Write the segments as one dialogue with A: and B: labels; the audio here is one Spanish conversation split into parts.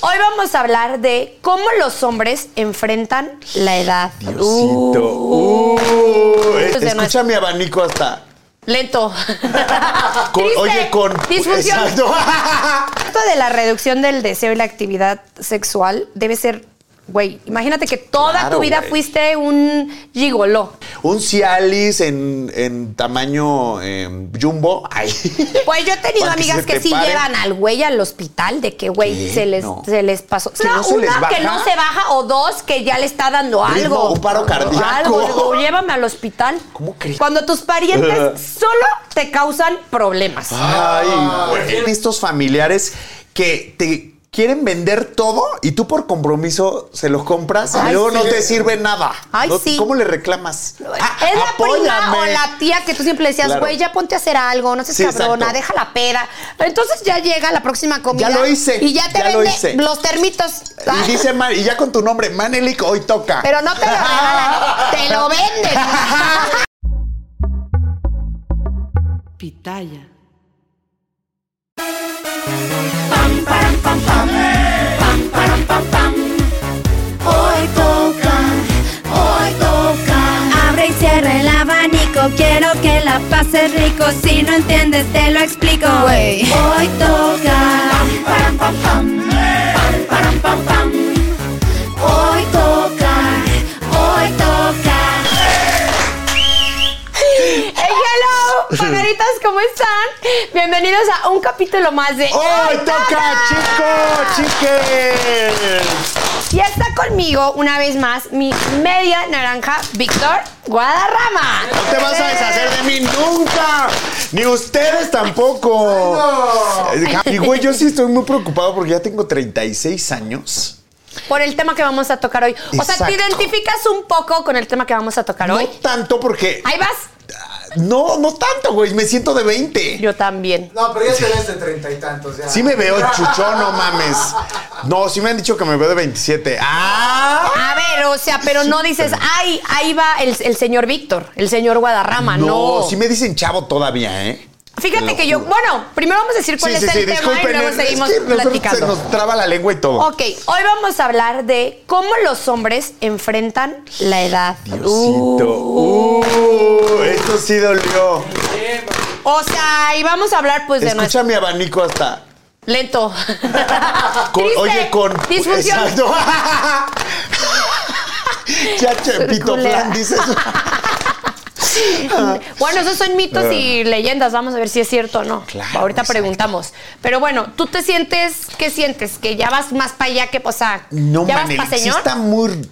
A: Hoy vamos a hablar de cómo los hombres enfrentan la edad.
B: Diosito. Uh, eh,
A: Entonces, Pues no es-
B: escucha mi abanico hasta.
A: Lento.
B: con-
A: Triste.
B: oye, con.
A: Disfunción.
B: Exacto.
A: Esto de la reducción del deseo y la actividad sexual debe ser, güey, imagínate que toda
B: Claro,
A: tu vida
B: güey.
A: fuiste un gigoló.
B: Un Cialis en, en tamaño eh, jumbo. Ay.
A: Pues yo he tenido
B: Para que
A: amigas
B: se
A: que,
B: te
A: sí
B: paren.
A: llevan al güey al hospital de que, güey,
B: ¿Qué?
A: se les,
B: No.
A: se les pasó.
B: Si
A: No,
B: no se
A: una
B: les baja.
A: que no se baja o dos que ya le está dando
B: Ritmo,
A: algo.
B: un paro cardíaco.
A: Algo, digo, llévame al hospital.
B: ¿Cómo crees? Ah.
A: Cuando tus parientes solo te causan problemas.
B: Ay, güey. Tienen estos familiares que te quieren vender todo y tú por compromiso se los compras
A: Ay,
B: y luego no
A: sí.
B: te sirve nada.
A: Ay,
B: No-
A: sí.
B: ¿Cómo le reclamas? Ah,
A: es la prima
B: apóyame.
A: o la tía que tú siempre decías,
B: Claro.
A: güey, ya ponte a hacer algo, no seas
B: Sí,
A: cabrona,
B: exacto.
A: deja la peda. Entonces ya llega la próxima comida.
B: Ya lo hice,
A: Y ya te
B: ya lo
A: vende
B: hice.
A: los termitos. Ah,
B: Y dice, Ma- y ya con tu nombre, Manelik, hoy toca.
A: Pero no te lo regalan, te lo venden.
C: Pitaya.
D: Hoy toca, hoy toca. Abre y cierra el abanico, quiero que la pases rico. Si no entiendes, te lo explico. Hoy toca. Hoy toca, hoy toca.
A: Hey, hello, pajaritas, ¿cómo están? Bienvenidos a un capítulo más de
B: ¡Hoy toca, chicos, chiques!
A: Y está conmigo una vez más mi media naranja, Víctor Guadarrama.
B: No te vas a deshacer de mí nunca. Ni ustedes tampoco. Eh, Y güey, yo sí estoy muy preocupado porque ya tengo 36 años.
A: Eh, Por el tema que vamos a tocar hoy. O sea, ¿te
B: Exacto.
A: identificas un poco con el tema que vamos a tocar
B: No
A: hoy?
B: tanto porque.
A: Ahí vas.
B: No, no tanto, güey. Me siento de 20.
A: Yo también.
E: No, pero ya te ves de treinta y tantos ya.
B: Sí me veo chuchón, no mames. No, sí me han dicho que me veo de 27. ¡Ah!
A: A ver, o sea, pero no dices, ay, ahí va el, el señor Víctor, el señor Guadarrama, Ah, no.
B: sí me dicen chavo todavía, ¿eh? Te
A: Fíjate
B: lo
A: que yo,
B: juro.
A: bueno, primero vamos a decir cuál
B: Sí,
A: Pues es
B: sí,
A: el
B: sí,
A: tema
B: disculpen.
A: y luego
B: es
A: seguimos
B: que nosotros
A: platicando.
B: Se nos traba la lengua y todo.
A: Ok, hoy vamos a hablar de cómo los hombres enfrentan la edad.
B: Diosito. Uh, esto sí dolió.
A: O sea, y vamos a hablar pues de nuestro
B: Escucha mi abanico hasta.
A: lento.
B: Con-
A: Triste.
B: oye, con.
A: disfunción.
B: Exacto. ya Chepito
A: Culera.
B: Flan dices.
A: Bueno, esos son mitos y leyendas. Vamos a ver si es cierto o no.
B: Claro,
A: Ahorita
B: exacto.
A: preguntamos. Pero bueno, ¿tú te sientes, qué sientes? ¿Que ya vas más para allá que, o sea,
B: No
A: ya
B: mames,
A: vas para
B: sí
A: señor?
B: está muy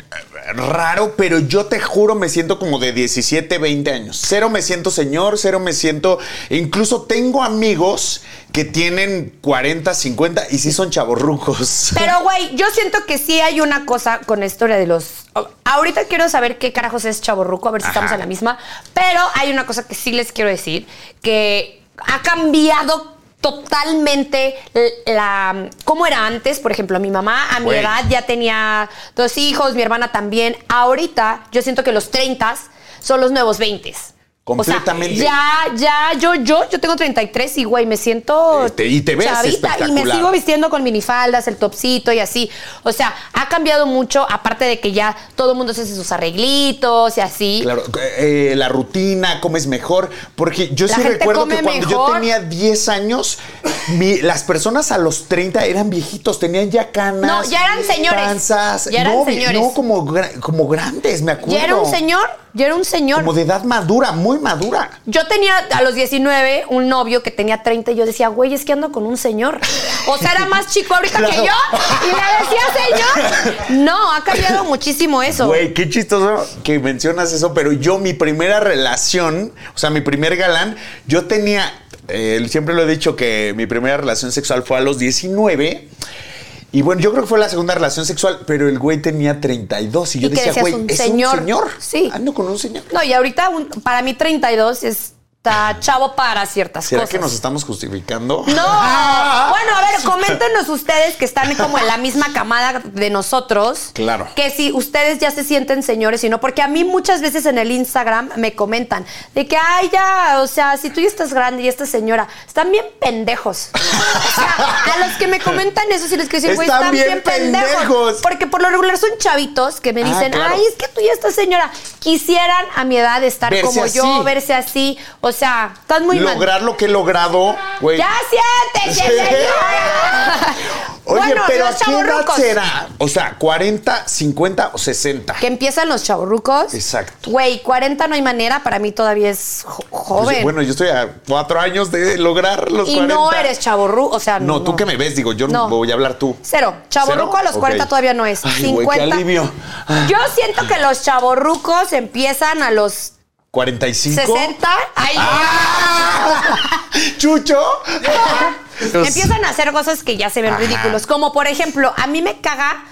B: raro, pero yo te juro me siento como de 17, 20 años. Cero me siento señor, cero me siento... Incluso tengo amigos que tienen 40, 50 y sí son chavorrucos.
A: Pero, güey, yo siento que sí hay una cosa con la historia de los. Ahorita quiero saber qué carajos es Chaborruco, a ver si estamos en la misma. Pero hay una cosa que sí les quiero decir: que ha cambiado totalmente la. ¿Cómo era antes? Por ejemplo, mi mamá a mi
B: Güey.
A: edad ya tenía dos hijos, mi hermana también. Ahorita yo siento que los 30 son los nuevos 20. O sea,
B: Completamente.
A: ya, ya, yo, yo, yo tengo 33 y, güey, me siento
B: Eh, te- y te ves
A: y me
B: espectacular.
A: sigo vistiendo con minifaldas, el topsito y así. O sea, ha cambiado mucho, aparte de que ya todo el mundo se hace sus arreglitos y así.
B: Claro, eh, la rutina, comes mejor, porque yo
A: La
B: sí
A: gente
B: recuerdo
A: come
B: que cuando yo
A: mejor.
B: tenía 10 años, mi- las personas a los 30 eran viejitos, tenían ya canas.
A: No, ya eran señores.
B: panzas.
A: Ya eran
B: no, vi-
A: señores.
B: No, como, gra- como grandes, me acuerdo.
A: Ya era un señor, ya era un señor.
B: Como de edad madura, muy madura.
A: Yo tenía a los 19 un novio que tenía 30 y yo decía, güey, es que ando con un señor. O sea, era más chico ahorita que
B: Claro.
A: yo y le decía señor. No, ha cambiado muchísimo eso.
B: Güey, qué chistoso que mencionas eso, pero yo mi primera relación, o sea, mi primer galán, yo tenía, eh, siempre lo he dicho que mi primera relación sexual fue a los 19. Y bueno, yo creo que fue la segunda relación sexual, pero el güey tenía 32 y yo
A: ¿Y qué
B: decía,
A: decías?
B: güey,
A: ¿Un
B: es
A: señor?"
B: un señor.
A: Sí.
B: Ando con un señor.
A: No, y ahorita un- para mí 32 está chavo para ciertas
B: ¿Será
A: cosas.
B: que nos estamos justificando?
A: No.
B: Ah.
A: Bueno, a ver, coméntenos ustedes que están como en la misma camada de nosotros.
B: Claro.
A: Que si ustedes ya se sienten señores y no, porque a mí muchas veces en el Instagram me comentan de que, ay, ya, o sea, si tú ya estás grande y esta señora, están bien pendejos. O sea, a los que me comentan eso, sí les quiero decir, güey,
B: Están
A: están bien,
B: bien
A: pendejos.
B: pendejos.
A: Porque por lo regular son chavitos que me
B: Ah,
A: dicen,
B: claro.
A: ay, es que tú ya estás señora. Quisieran a mi edad estar
B: Verse
A: como yo,
B: así.
A: verse así. O sea, están muy mal.
B: Lograr lo que he logrado, güey.
A: ¡Ya siéntese,
B: Pues, Sí.
A: señora!
B: Oye,
A: Bueno,
B: pero ¿a
A: los
B: qué edad
A: chavorrucos.
B: será? O sea, ¿40, 50 o 60?
A: Que empiezan los chaburrucos.
B: Exacto.
A: Güey, 40 no hay manera, para mí todavía es jo-
B: Pues,
A: joven.
B: bueno, yo estoy a cuatro años de lograr los
A: y
B: 40.
A: no eres chaborruco, o sea,
B: No, tú que me ves, digo, yo no voy a hablar tú.
A: Cero. Chaborruco
B: ¿Cero?
A: a los
B: Ok.
A: 40 todavía no es.
B: Ay,
A: 50.
B: güey, qué alivio. Ah.
A: Yo siento que los chaborrucos empiezan a los
B: 45.
A: 60. Ay,
B: ¡Ah! ¡Chucho! Los-
A: Empiezan a hacer cosas que ya se ven
B: Ajá.
A: ridículos. Como por ejemplo, a mí me caga,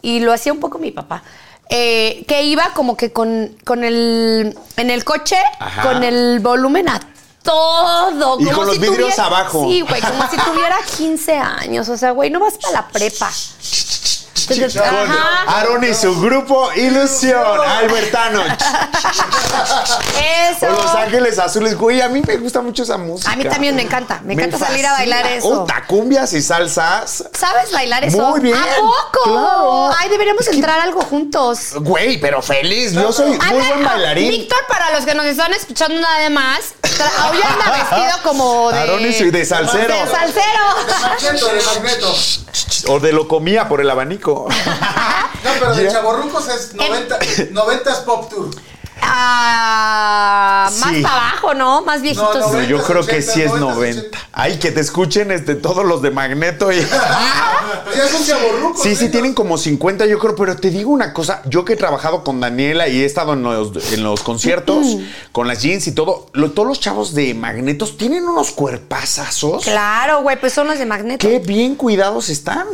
A: y lo hacía un poco mi papá, eh, que iba como que con, con el. en el coche,
B: Ajá.
A: con el volumen a todo.
B: Y
A: como
B: con los vidrios abajo.
A: Sí, güey, como si tuviera 15 años. O sea, güey, no vas para la prepa. Entonces,
B: Con
A: ajá,
B: Aaron y su grupo Ilusión, Albertano. o
A: eso.
B: Los Ángeles Azules. Güey, a mí me gusta mucho esa música.
A: A mí también me encanta, me encanta salir a bailar eso.
B: Oh, tacumbias y salsas.
A: ¿Sabes bailar eso?
B: Muy bien,
A: ¿A poco?
B: claro.
A: Ay, deberíamos entrar a algo juntos.
B: Güey, pero feliz. Yo soy muy
A: Anda-
B: buen bailarín.
A: Víctor, para los que nos están escuchando nada más, tra- hoy anda vestido como de.
B: Aarón y su- de salsero.
A: De salsero.
E: Magneto, de Magneto.
B: O de lo comía por el abanico.
E: No, pero de
B: Ya.
E: Chavorrucos
A: Em-
E: es 90, 90 Pop Tour.
A: Ah, más
B: Sí.
A: para abajo, ¿no? Más viejitos.
E: No,
B: No,
E: no,
B: yo creo que sí es
E: 80,
B: 90. Ay, que te escuchen este, todos los de Magneto. Y...
E: Pues ya son Chavorrucos.
B: Sí, sí,
E: venga.
B: tienen como 50, yo creo, pero te digo una cosa, yo que he trabajado con Daniela y he estado en los, en los conciertos, con las jeans y todo, lo- todos los chavos de Magnetos tienen unos cuerpazazos.
A: Claro, güey, pues son los de magneto.
B: Qué bien cuidados están.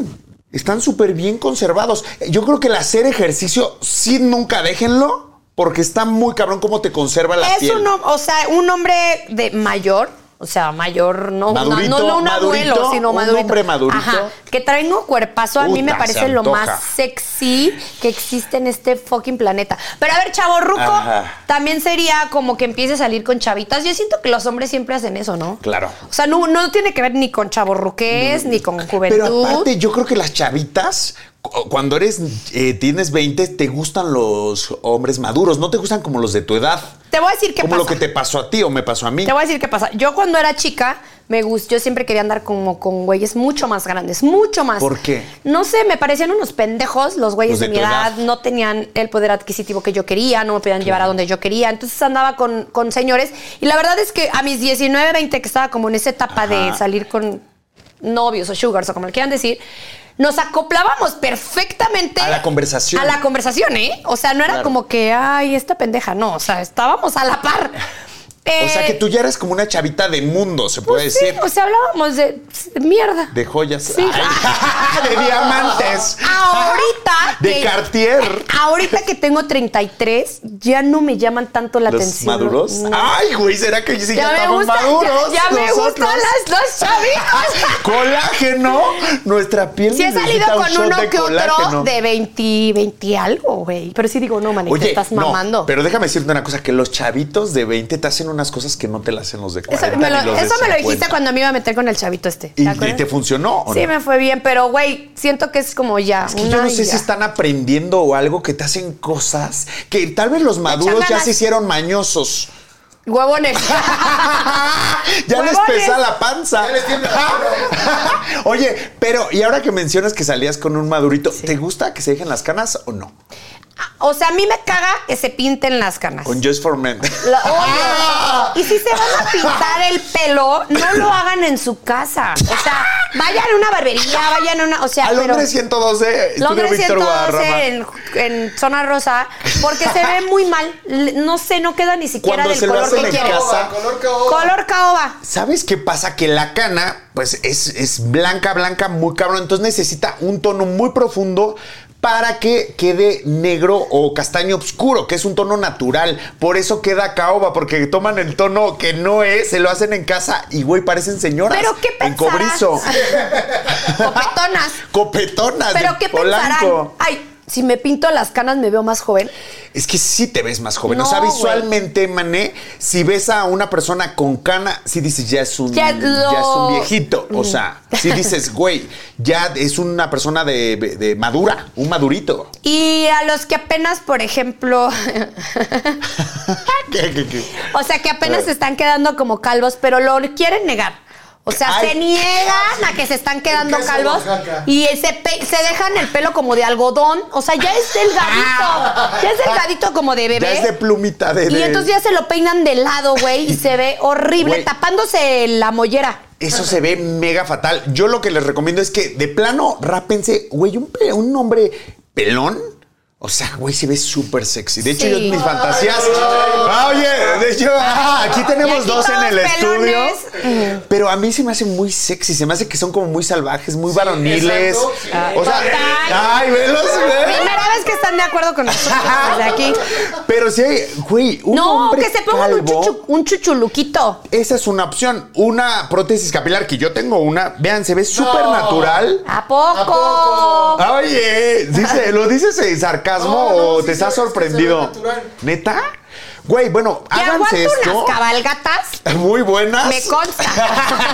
B: Están súper bien conservados. Yo creo que el hacer ejercicio, sí, nunca déjenlo, porque está muy cabrón cómo te conserva la
A: Es
B: piel.
A: un, hom- o sea, un hombre de mayor. O sea, mayor, no, una-
B: Madurito,
A: no, no un
B: madurito,
A: abuelo, sino
B: un
A: madurito.
B: hombre madurito.
A: Ajá, que traen un cuerpazo, a mí me
B: Puta,
A: parece
B: se
A: lo
B: antoja.
A: más sexy que existe en este fucking planeta. Pero a ver, chavo ruco,
B: Ajá.
A: también sería como que empiece a salir con chavitas. Yo siento que los hombres siempre hacen eso, ¿no?
B: Claro.
A: O sea, no, no tiene que ver ni con chavorruqués, ni con juventud.
B: Pero aparte, yo creo que las chavitas, cu- cuando eres, eh, tienes 20, te gustan los hombres maduros, no te gustan como los de tu edad.
A: te voy a decir qué
B: como
A: pasa.
B: lo que te pasó a ti o me pasó a mí.
A: Te voy a decir qué pasa. Yo cuando era chica, me gustó, yo siempre quería andar como con güeyes mucho más grandes, mucho más.
B: ¿Por qué?
A: No sé, me parecían unos pendejos los güeyes
B: Los
A: de,
B: de
A: mi
B: tu
A: edad,
B: edad.
A: no tenían el poder adquisitivo que yo quería, no me podían llevar a donde yo quería, entonces andaba con, con señores y la verdad es que a mis 19, 20, que estaba como en esa etapa de
B: Ajá.
A: salir con novios o sugars o como le quieran decir, nos acoplábamos perfectamente
B: A la conversación.
A: A la conversación, ¿eh? O sea, no era
B: Claro.
A: como que, ay, esta pendeja, no, o sea, estábamos a la par.
B: o sea que
A: Eh,
B: tú ya eres como una chavita de mundo, se puede
A: pues sí,
B: decir.
A: o sea, hablábamos de de mierda.
B: de joyas.
A: Sí.
B: Ay, de diamantes.
A: Ahorita.
B: De
A: que-
B: Cartier.
A: Ahorita que tengo 33, ya no me llaman tanto la
B: ¿Los
A: atención.
B: maduros?
A: No.
B: Ay, güey, ¿será que sí ya,
A: ya me
B: estamos
A: gusta,
B: maduros?
A: Ya, ya me
B: nosotros?
A: gustan las dos chavitas.
B: Colágeno. Nuestra piel
A: Sí he salido
B: necesita un
A: con
B: shot
A: uno
B: de
A: que otro
B: colágeno.
A: de 20, 20 algo, güey. Pero sí digo, no, manita, estás
B: no,
A: mamando.
B: pero déjame decirte una cosa, que los chavitos de 20 te hacen un unas cosas que no te las hacen los de
A: Eso
B: 40
A: me lo,
B: ni los de
A: eso me lo dijiste
B: 50.
A: cuando me iba a meter con el chavito este.
B: ¿Y, y
A: acuerdas?
B: te funcionó? ¿o
A: Sí,
B: no?
A: me fue bien, pero güey, siento que es como ya.
B: Es que
A: una
B: yo no
A: y
B: sé si
A: ya.
B: están aprendiendo o algo que te hacen cosas que tal vez los maduros ya
A: ganas.
B: se hicieron mañosos.
A: Huevones.
B: ya les
A: Huevones.
B: pesa la panza.
E: Ya les tiembla
B: Oye, pero y ahora que mencionas que salías con un madurito, ¿te gusta que se dejen las canas o no?
A: O sea, a mí me caga que se pinten las canas.
B: Con Ah. Just for Men.
A: Lo odio. Y si se van a pintar el pelo, no lo hagan en su casa. O sea, vayan a una barbería, vayan a una. O sea,
B: Al
A: pero-
B: hombre 112, estudio
A: Logre
B: Víctor Guadarrama.
A: 112 en, en zona rosa, porque se ve muy mal. Le- No sé, no queda ni siquiera
B: Cuando
A: del
B: se lo
A: color
B: hacen
A: que
B: en
A: quieres.
B: casa.
E: Color caoba.
A: Color caoba.
B: ¿Sabes qué pasa? Que la cana, pues es, es blanca, blanca, muy cabrón. Entonces necesita un tono muy profundo para que quede negro o castaño oscuro, que es un tono natural. Por eso queda caoba, porque toman el tono que no es, se lo hacen en casa y, güey, parecen señoras.
A: Pero qué
B: En
A: pensarán.
B: cobrizo.
A: Copetonas.
B: Copetonas.
A: Pero
B: de
A: qué pensarán.
B: Polanco.
A: Ay, si me pinto las canas me veo más joven.
B: Es que sí te ves más joven. o
A: No,
B: sea,
A: güey.
B: visualmente, mané, si ves a una persona con cana, sí dices, ya es un,
A: Ya lo-
B: ya es un viejito. O sea, si dices, güey, ya es una persona de, de madura, un madurito.
A: Y a los que apenas, por ejemplo,
B: ¿Qué, qué, qué?
A: o sea, que apenas se están quedando como calvos, pero lo quieren negar. O sea,
B: Ay.
A: se niegan a que se están quedando
E: queso
A: calvos
E: Oaxaca.
A: y se, pe- se dejan el pelo como de algodón. O sea, ya es delgadito. Ya es delgadito como de bebé.
B: Ya es de plumita de.
A: Y
B: de-
A: entonces ya se lo peinan de lado, güey, y se ve horrible,
B: Güey.
A: tapándose la mollera.
B: Eso se ve mega fatal. Yo lo que les recomiendo es que de plano rápense, güey, un, pe- un hombre pelón. O sea, güey, se ve súper sexy. De hecho,
A: Sí.
B: yo en mis fantasías. Ah, oye, de hecho, ah, aquí tenemos
A: Y aquí
B: dos en el
A: todos pelones.
B: estudio. Pero a mí se me hace muy sexy. Se me hace que son como muy salvajes, muy varoniles.
E: exacto, sí.
B: O sea,
A: Total.
B: ay, velos, ve.
A: Primera vez que están de acuerdo con nosotros desde aquí.
B: Pero sí, güey, un
A: No,
B: hombre
A: que se pongan un,
B: calvo-
A: chuchu- un chuchuluquito.
B: Esa es una opción. Una prótesis capilar, que yo tengo una, vean, se ve súper natural.
A: ¿A poco?
E: poco?
B: Oye, dice, ¿lo dices en sarcasmo
E: No, no,
B: o te
E: sí se
B: estás
E: ve- sí se ve
B: sorprendido?
E: natural.
B: ¿Neta? Güey, bueno,
A: Que
B: háganse
A: aguanto
B: esto.
A: unas cabalgatas.
B: Muy buenas.
A: Me consta.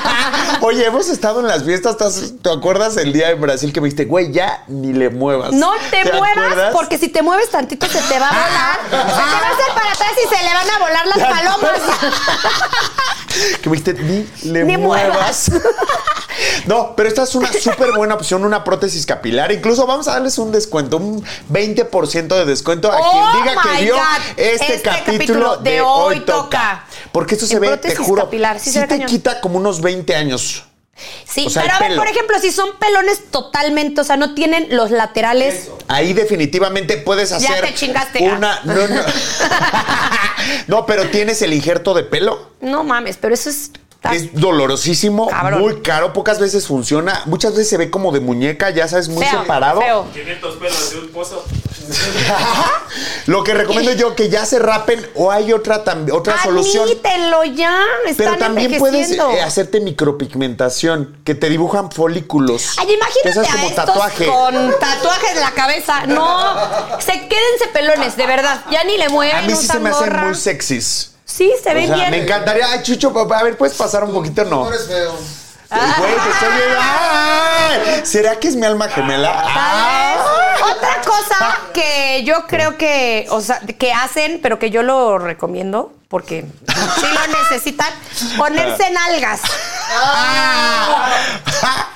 B: Oye, hemos estado en las fiestas. ¿Te- ¿Te acuerdas el día en Brasil que me dijiste, güey, ya ni le muevas?
A: No te, muevas
B: acuerdas?
A: porque si te mueves tantito se te va a volar. Se te va a hacer para atrás y se le van a volar las palomas.
B: Que me dijiste, ni le
A: Ni
B: muevas. No, pero esta es una súper buena opción, una prótesis capilar. Incluso vamos a darles un descuento, un 20% de descuento a
A: Oh
B: quien diga que
A: my
B: vio
A: God.
B: este,
A: Este
B: capítulo de hoy toca. Porque esto se
A: En
B: ve, te
A: prótesis
B: juro,
A: capilar, sí se ve
B: te
A: cañón.
B: quita como unos 20 años.
A: Sí,
B: O sea,
A: pero
B: el
A: a ver,
B: pelo.
A: por ejemplo, si son pelones totalmente, o sea, no tienen los laterales.
B: Ahí definitivamente puedes hacer
A: te chingaste, ya.
B: una no, no. No, pero tienes el injerto de pelo.
A: No mames, pero eso es.
B: Es dolorosísimo,
A: Cabrón.
B: muy caro, pocas veces funciona, muchas veces se ve como de muñeca, ya sabes, muy
A: feo,
B: separado.
A: feo.
F: 500 pelos de un pozo.
B: Lo que recomiendo yo que ya se rapen o hay otra tam- otra solución.
A: Admítenlo ya. Están
B: Pero también puedes
A: envejeciendo.
B: eh, hacerte micropigmentación, que te dibujan folículos.
A: Ay, imagínate
B: Que seas
A: a
B: como
A: estos
B: tatuaje.
A: con tatuajes en la cabeza. No, se quédense pelones, de verdad. Ya ni le mueven,
B: A mí sí
A: usan
B: se me hacen
A: gorra.
B: muy sexys.
A: Sí, se
B: O
A: ven
B: sea,
A: bien.
B: me encantaría. Ay, Chucho, papá, a ver, ¿puedes pasar un poquito? No.
E: No eres feo.
B: Güey, te estoy viendo. ¡Ay! ¿Será que es mi alma gemela?
A: Tal
B: ¡Ah!
A: vez. Otra cosa que yo creo que, o sea, que hacen, pero que yo lo recomiendo, porque sí lo necesitan, ponerse en algas.
B: Ah,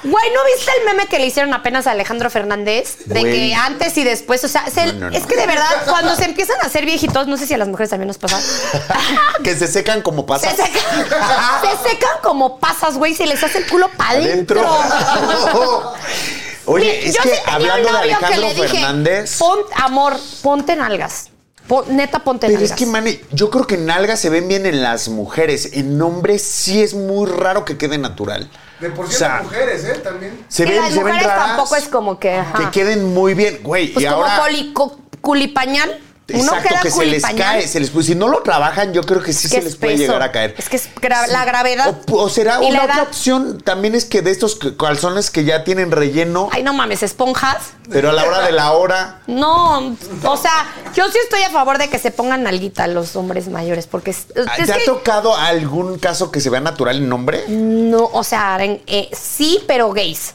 A: Güey, ¿no viste el meme que le hicieron apenas a Alejandro Fernández? De
B: Güey.
A: que antes y después, o sea, se-
B: No, no, no.
A: es que de verdad, cuando se empiezan a hacer viejitos, no sé si a las mujeres también nos pasa,
B: Que se secan como
A: se
B: pasas.
A: secan, se secan como pasas, güey, se les hace el culo para
B: Adentro.
A: adentro.
B: Oye,
A: Mi-
B: es
A: yo
B: que
A: sí tenía
B: hablando
A: un
B: de
A: novio que
B: Alejandro
A: le dije,
B: Fernández.
A: Pon, amor, ponte nalgas. Pon- neta, ponte
B: Pero es
A: nalgas.
B: que, Mane, yo creo que nalgas se ven bien en las mujeres. En hombres sí es muy raro que quede natural.
E: De por
B: O
E: sí
B: sea,
E: las mujeres, ¿eh? También.
B: Se
A: Y
B: ven,
A: las
B: se ven
A: mujeres
B: raras,
A: tampoco es como que, ajá.
B: Que queden muy bien, güey.
A: pues
B: y
A: como
B: ahora.
A: colico- culipañal.
B: Exacto,
A: queda
B: que se
A: con el
B: les
A: pañal.
B: cae, se les puede. Si no lo trabajan, yo creo que sí
A: que
B: se
A: es
B: les puede
A: peso.
B: llegar a caer.
A: Es que es gra-
B: Sí.
A: la gravedad.
B: O, o será
A: y
B: una
A: la
B: otra
A: edad.
B: opción también es que de estos calzones que ya tienen relleno,
A: Ay, no mames, esponjas.
B: pero a la hora de la hora.
A: No, o sea, yo sí estoy a favor de que se pongan nalguita los hombres mayores, porque es, es
B: ¿Te ha
A: que- Mm.
B: tocado algún caso que se vea natural el nombre?
A: no, o sea, en- eh, sí, pero gays.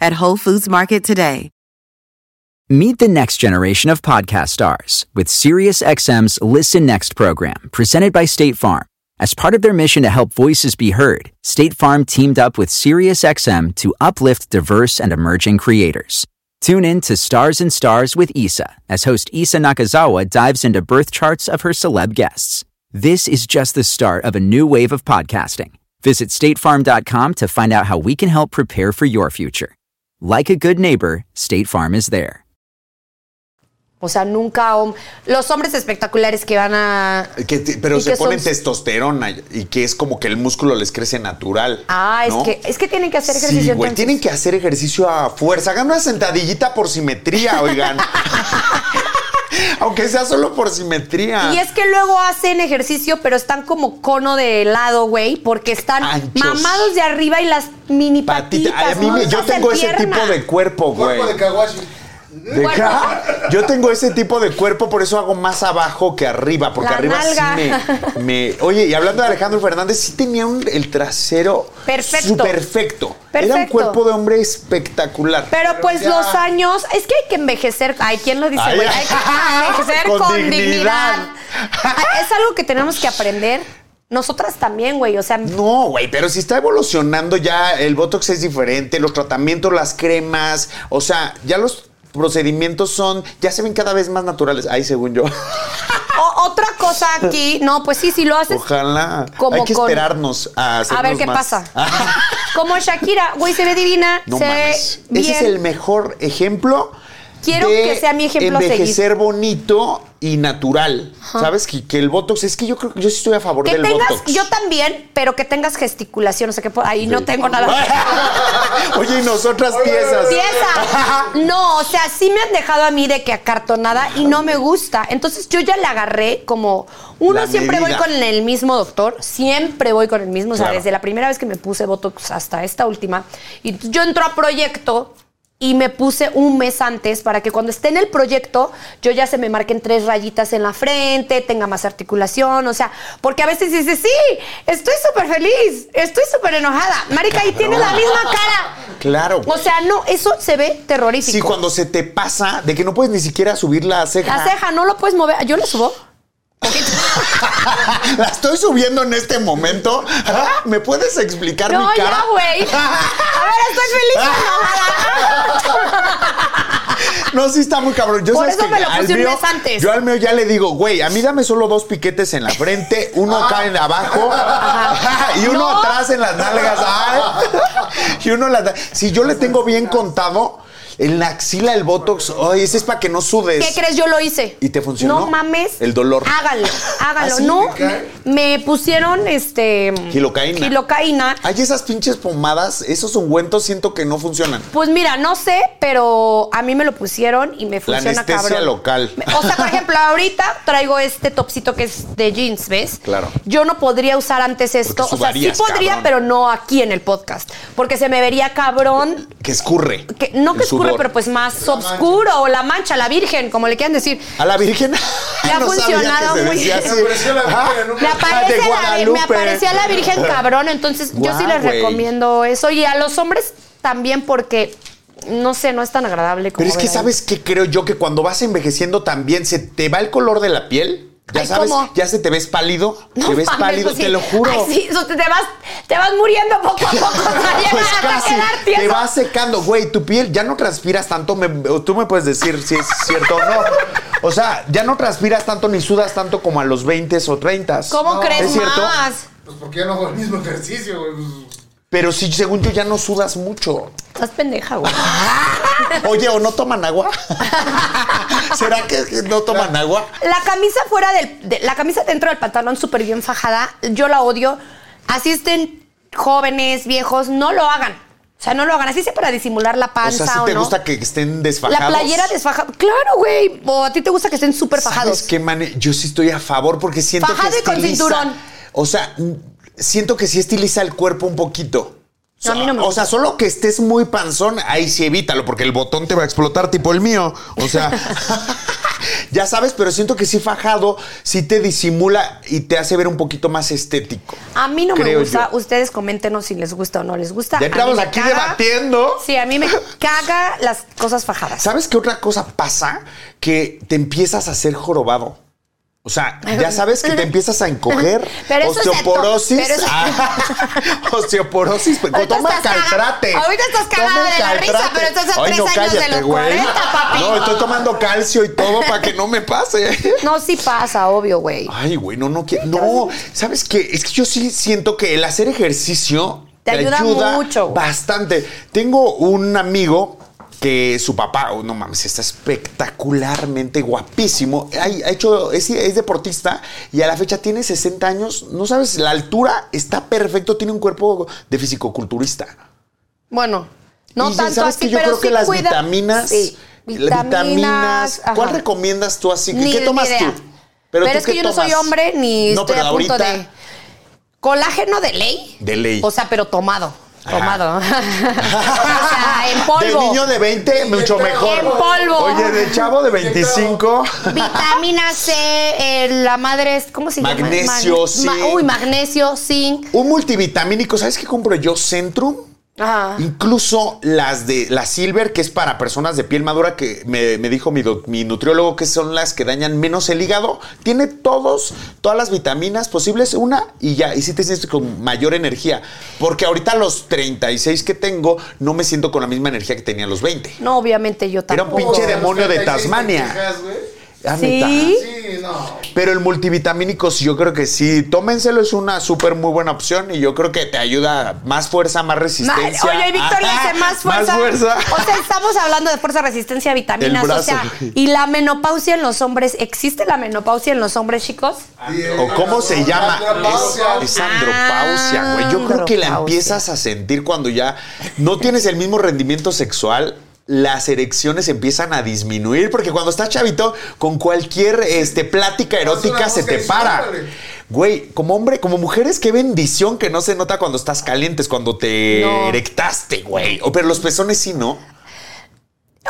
G: at Whole Foods Market today.
H: Meet the next generation of podcast stars with SiriusXM's Listen Next program, presented by State Farm. As part of their mission to help voices be heard, State Farm teamed up with SiriusXM to uplift diverse and emerging creators. Tune in to Stars and Stars with Issa as host Issa Nakazawa dives into birth charts of her celeb guests. This is just the start of a new wave of podcasting. Visit statefarm.com to find out how we can help prepare for your future. Like a good neighbor, State Farm is there.
A: O sea, nunca hom- los hombres espectaculares que van a
B: Que te- pero
A: Y
B: se
A: que
B: ponen
A: son-
B: testosterona y que es como que el músculo les crece natural.
A: Ah, es
B: ¿no?
A: que es que tienen que hacer
B: Sí,
A: ejercicio
B: güey,
A: entonces.
B: tienen que hacer ejercicio a fuerza. Hagan una sentadillita por simetría, oigan. Aunque sea solo por simetría.
A: Y es que luego hacen ejercicio, pero están como cono de lado, güey, porque están
B: Anchos.
A: mamados de arriba y las mini
B: Patita.
A: patitas.
B: Ay, a mí
A: no
B: me-
A: les
B: yo
A: hacen
B: tengo ese
A: pierna.
B: tipo de cuerpo, güey.
E: Cuerpo de Kawashi.
B: ¿De
A: Cuerpo.
B: acá? Yo tengo ese tipo de cuerpo, por eso hago más abajo que arriba, porque
A: La
B: arriba sí
A: nalga.
B: me, me- Oye, y hablando de Alejandro Fernández, sí tenía un- el trasero
A: Perfecto.
B: su- perfecto. Era un
A: Perfecto.
B: cuerpo de hombre espectacular.
A: Pero pues
E: ya.
A: los años, es que hay que envejecer. Ay, ¿quién lo dice,
B: Ay, ah,
A: güey? Hay que envejecer
B: con
A: con,
B: dignidad.
A: dignidad. Ay, Es algo que tenemos que aprender. Nosotras también, güey. O sea,
B: No, güey, pero si está evolucionando ya, el Botox es diferente, los tratamientos, las cremas, o sea, ya los procedimientos son, ya se ven cada vez más naturales. Ahí, según yo.
A: Pues, o- otra cosa aquí, no, pues sí, si lo haces.
B: Ojalá.
A: Como
B: Hay que
A: con-
B: esperarnos a
A: A ver
B: hacernos
A: qué
B: más.
A: pasa. Como Shakira, güey, se ve divina.
B: No
A: se
B: mames.
A: ve bien.
B: Ese es el mejor ejemplo.
A: Quiero
B: de
A: que sea mi ejemplo a seguir.
B: Envejecer bonito y natural. ¿Sabes? Que, que el Botox, es que yo creo que yo sí estoy a favor
A: Que
B: del
A: tengas,
B: Botox.
A: yo también, pero que tengas gesticulación, o sea que por ahí no tengo nada.
B: Oye, y nosotras piezas.
A: Pieza. No, o sea, sí me han dejado a mí de que acartonada y no me gusta. Entonces yo ya la agarré como uno
B: La
A: siempre
B: medida.
A: voy con el mismo doctor, siempre voy con el mismo, o sea,
B: Claro.
A: desde la primera vez que me puse botox hasta esta última y yo entro a proyecto y me puse un mes antes para que cuando esté en el proyecto yo ya se me marquen tres rayitas en la frente, tenga más articulación, o sea, porque a veces dices, sí, estoy súper feliz, estoy súper enojada. Marica, ahí tiene la misma cara.
B: Claro.
A: O sea, no, eso se ve terrorífico.
B: Sí, cuando se te pasa de que no puedes ni siquiera subir la ceja.
A: La ceja no lo puedes mover. ¿Yo lo subo?
B: La estoy subiendo en este momento. ¿Me puedes explicar
A: No,
B: mi cara?
A: ya, güey. A ver, estoy feliz.
B: No, sí está muy cabrón. Yo
A: Por
B: sabes
A: eso
B: que
A: me lo
B: al
A: puse un
B: mío-
A: mes antes.
B: Yo al mío ya le digo, güey, a mí dame solo dos piquetes en la frente, uno acá en abajo y uno
A: No.
B: atrás en las nalgas. Ay. y uno en las na- Si yo le tengo bien contado, en la axila el botox, ay, ese es para que no sudes.
A: ¿Qué crees? Yo lo hice.
B: ¿Y te funcionó?
A: No mames.
B: El dolor. ¿Ah,
A: Háganlo, háganlo.
B: ¿Así?
A: no,
B: ¿Te
E: cae?
A: me pusieron este.
B: Gilocaína.
A: Gilocaína.
B: Hay esas pinches pomadas, esos ungüentos siento que no funcionan.
A: Pues mira, no sé, pero a mí me lo pusieron y me
B: La
A: funciona
B: anestesia
A: cabrón.
B: local.
A: Me- O sea, por ejemplo, ahorita traigo este topsito que es de jeans, ¿ves?
B: Claro.
A: Yo no podría usar antes esto.
B: Porque
A: O sea, sí
B: sudarías,
A: podría,
B: cabrón.
A: pero no aquí en el podcast. Porque se me vería cabrón.
B: Que escurre.
A: Que, no que
B: El
A: escurre,
B: sudor.
A: pero pues más oscuro o la mancha, la virgen, como le quieran decir.
B: A la Virgen.
A: Le ha
B: No sabía
A: funcionado
B: que se
A: muy
B: decía
A: bien.
B: así.
E: Me pareció la Virgen, ¿no?
A: Me
B: Ah,
A: aparece,
B: de
A: la, me
B: Guadalupe.
A: apareció la Virgen cabrón, entonces yo sí
B: Guau,
A: les
B: güey.
A: recomiendo eso. Y a los hombres también porque, no sé, no es tan agradable como
B: Pero es que
A: ver a
B: sabes que creo yo que cuando vas envejeciendo también se te va el color de la piel. Ya
A: Ay,
B: sabes,
A: ¿cómo?
B: ya se te ves pálido,
A: alguien.
B: te
A: No
B: ves
A: mames,
B: pálido,
A: pues
B: te
A: sí.
B: lo juro.
A: Ay, sí, o sea, te vas, te vas muriendo poco a poco. o sea, ya
B: Pues
A: vas a
B: casi,
A: quedar tieso.
B: te vas secando, güey, tu piel ya no transpiras tanto, me- o tú me puedes decir si es cierto o no. O sea, ya no transpiras tanto ni sudas tanto como a los 20 o 30.
A: ¿Cómo crees
B: ¿Es cierto?
A: más?
E: Pues porque ya no hago el mismo ejercicio, güey. Pues,
B: Pero sí, según yo, ya no sudas mucho.
A: Estás pendeja, güey.
B: Oye, ¿o no toman agua? ¿Será que que no toman agua?
A: La camisa fuera del. de- la camisa dentro del pantalón súper bien fajada, yo la odio. Así estén jóvenes, viejos, no lo hagan. O sea, no lo hagan. Así sea para disimular la
B: O
A: panza
B: sea,
A: o,
B: si te
A: no.
B: gusta que estén desfajados.
A: la playera desfajada. Claro, güey. O a ti te gusta que estén súper fajados.
B: ¿Sabes qué, mane? Yo sí estoy a favor porque siento
A: Fajado
B: que
A: y con
B: estiliza-
A: cinturón.
B: O sea, mm, siento que sí estiliza el cuerpo un poquito.
A: No, a mí no me
B: o sea, solo que estés muy panzón, ahí sí evítalo, porque el botón te va a explotar tipo el mío. O sea, ya sabes, pero siento que sí fajado, sí te disimula y te hace ver un poquito más estético.
A: A mí no me
B: creo
A: gusta.
B: yo.
A: Ustedes coméntenos si les gusta o no les gusta.
B: Ya
A: A mí
B: entramos
A: me
B: aquí
A: caga-
B: debatiendo.
A: Sí, a mí me caga las cosas fajadas.
B: ¿Sabes qué otra cosa pasa? Que te empiezas a ser jorobado. O sea, ya sabes que te empiezas a encoger.
A: Pero eso es
B: osteoporosis.
A: cierto, pero eso-
B: Ah, osteoporosis. Pero
A: Ahorita
B: toma
A: estás caga-
B: caltrate.
A: ahorita estás cagada
B: Toma
A: de la risa,
B: caltrate.
A: pero estás a
B: Ay,
A: tres
B: no,
A: años de
B: cállate,
A: los
B: güey.
A: 40, papi.
B: No, estoy tomando calcio y todo para que no me pase.
A: No, sí pasa, obvio, güey.
B: Ay, güey, no, no quiero. No, ¿sabes qué? Es que yo sí siento que el hacer ejercicio
A: Te ayuda mucho, güey.
B: Bastante. Tengo un amigo que su papá, oh, no mames, está espectacularmente guapísimo. Ay, Ha hecho, es, es deportista y a la fecha tiene 60 años. No sabes, la altura está perfecto, tiene un cuerpo de fisicoculturista.
A: Bueno, no
B: Y
A: tanto
B: sabes
A: así,
B: que yo
A: pero
B: creo que
A: sí
B: las
A: cuida-
B: vitaminas, eh,
A: Sí,
B: las vitaminas,
A: ajá.
B: ¿cuál recomiendas tú así? ¿Qué,
A: Ni-
B: qué
A: ni
B: tomas
A: idea.
B: tú?
A: Pero,
B: tú
A: es que
B: qué
A: yo no soy
B: tomas?
A: hombre ni
B: No,
A: estoy
B: pero
A: a punto
B: ahorita-
A: de. Colágeno de ley.
B: De ley.
A: O sea, pero tomado.
B: Ajá.
A: Tomado. o sea, en polvo.
B: De niño de 20, mucho mejor.
A: En polvo.
B: Oye, de chavo de 25.
A: Vitamina C, eh, la madre es, ¿cómo se llama?
B: Magnesio,
A: Magne- ma-
B: zinc.
A: uy, magnesio, zinc.
B: Un multivitamínico, ¿sabes qué compro yo? Centrum.
A: Ajá.
B: Incluso las de la Silver, que es para personas de piel madura, que me, me dijo mi, doc- mi nutriólogo que son las que dañan menos el hígado, tiene todos, todas las vitaminas posibles, una y ya, y sí te sientes con mayor energía. Porque ahorita a los 36 que tengo, no me siento con la misma energía que tenía a los 20.
A: No, obviamente yo
B: Era un
A: tampoco.
B: pinche
E: a los
B: demonio de
E: 36
B: Tasmania.
E: te quejas, güey.
B: Ah,
A: Sí.
E: Sí, no.
B: Pero el multivitamínico, sí, yo creo que sí. Tómenselo, es una súper muy buena opción y yo creo que te ayuda más fuerza, más
A: Ma-
B: resistencia.
A: Oye, Víctor le
B: Ajá,
A: hace más fuerza.
B: Más fuerza.
A: O sea, estamos hablando de fuerza, resistencia, vitaminas,
B: El brazo,
A: o sea,
B: güey.
A: y la menopausia en los hombres, ¿existe la menopausia en los hombres, chicos?
B: ¿O cómo se llama?
E: Andropausia.
B: Es, es andropausia, güey. Yo creo que la
A: Ah, Andropausia.
B: empiezas a sentir cuando ya no tienes el mismo rendimiento sexual. Las erecciones empiezan a disminuir porque cuando estás chavito, con cualquier este, plática erótica
E: una
B: se te
E: mosca y
B: para.
E: suéltale.
B: Güey, como hombre, como mujeres, qué bendición que no se nota cuando estás calientes, cuando te
A: No.
B: erectaste, güey. O pero los pezones sí, ¿no?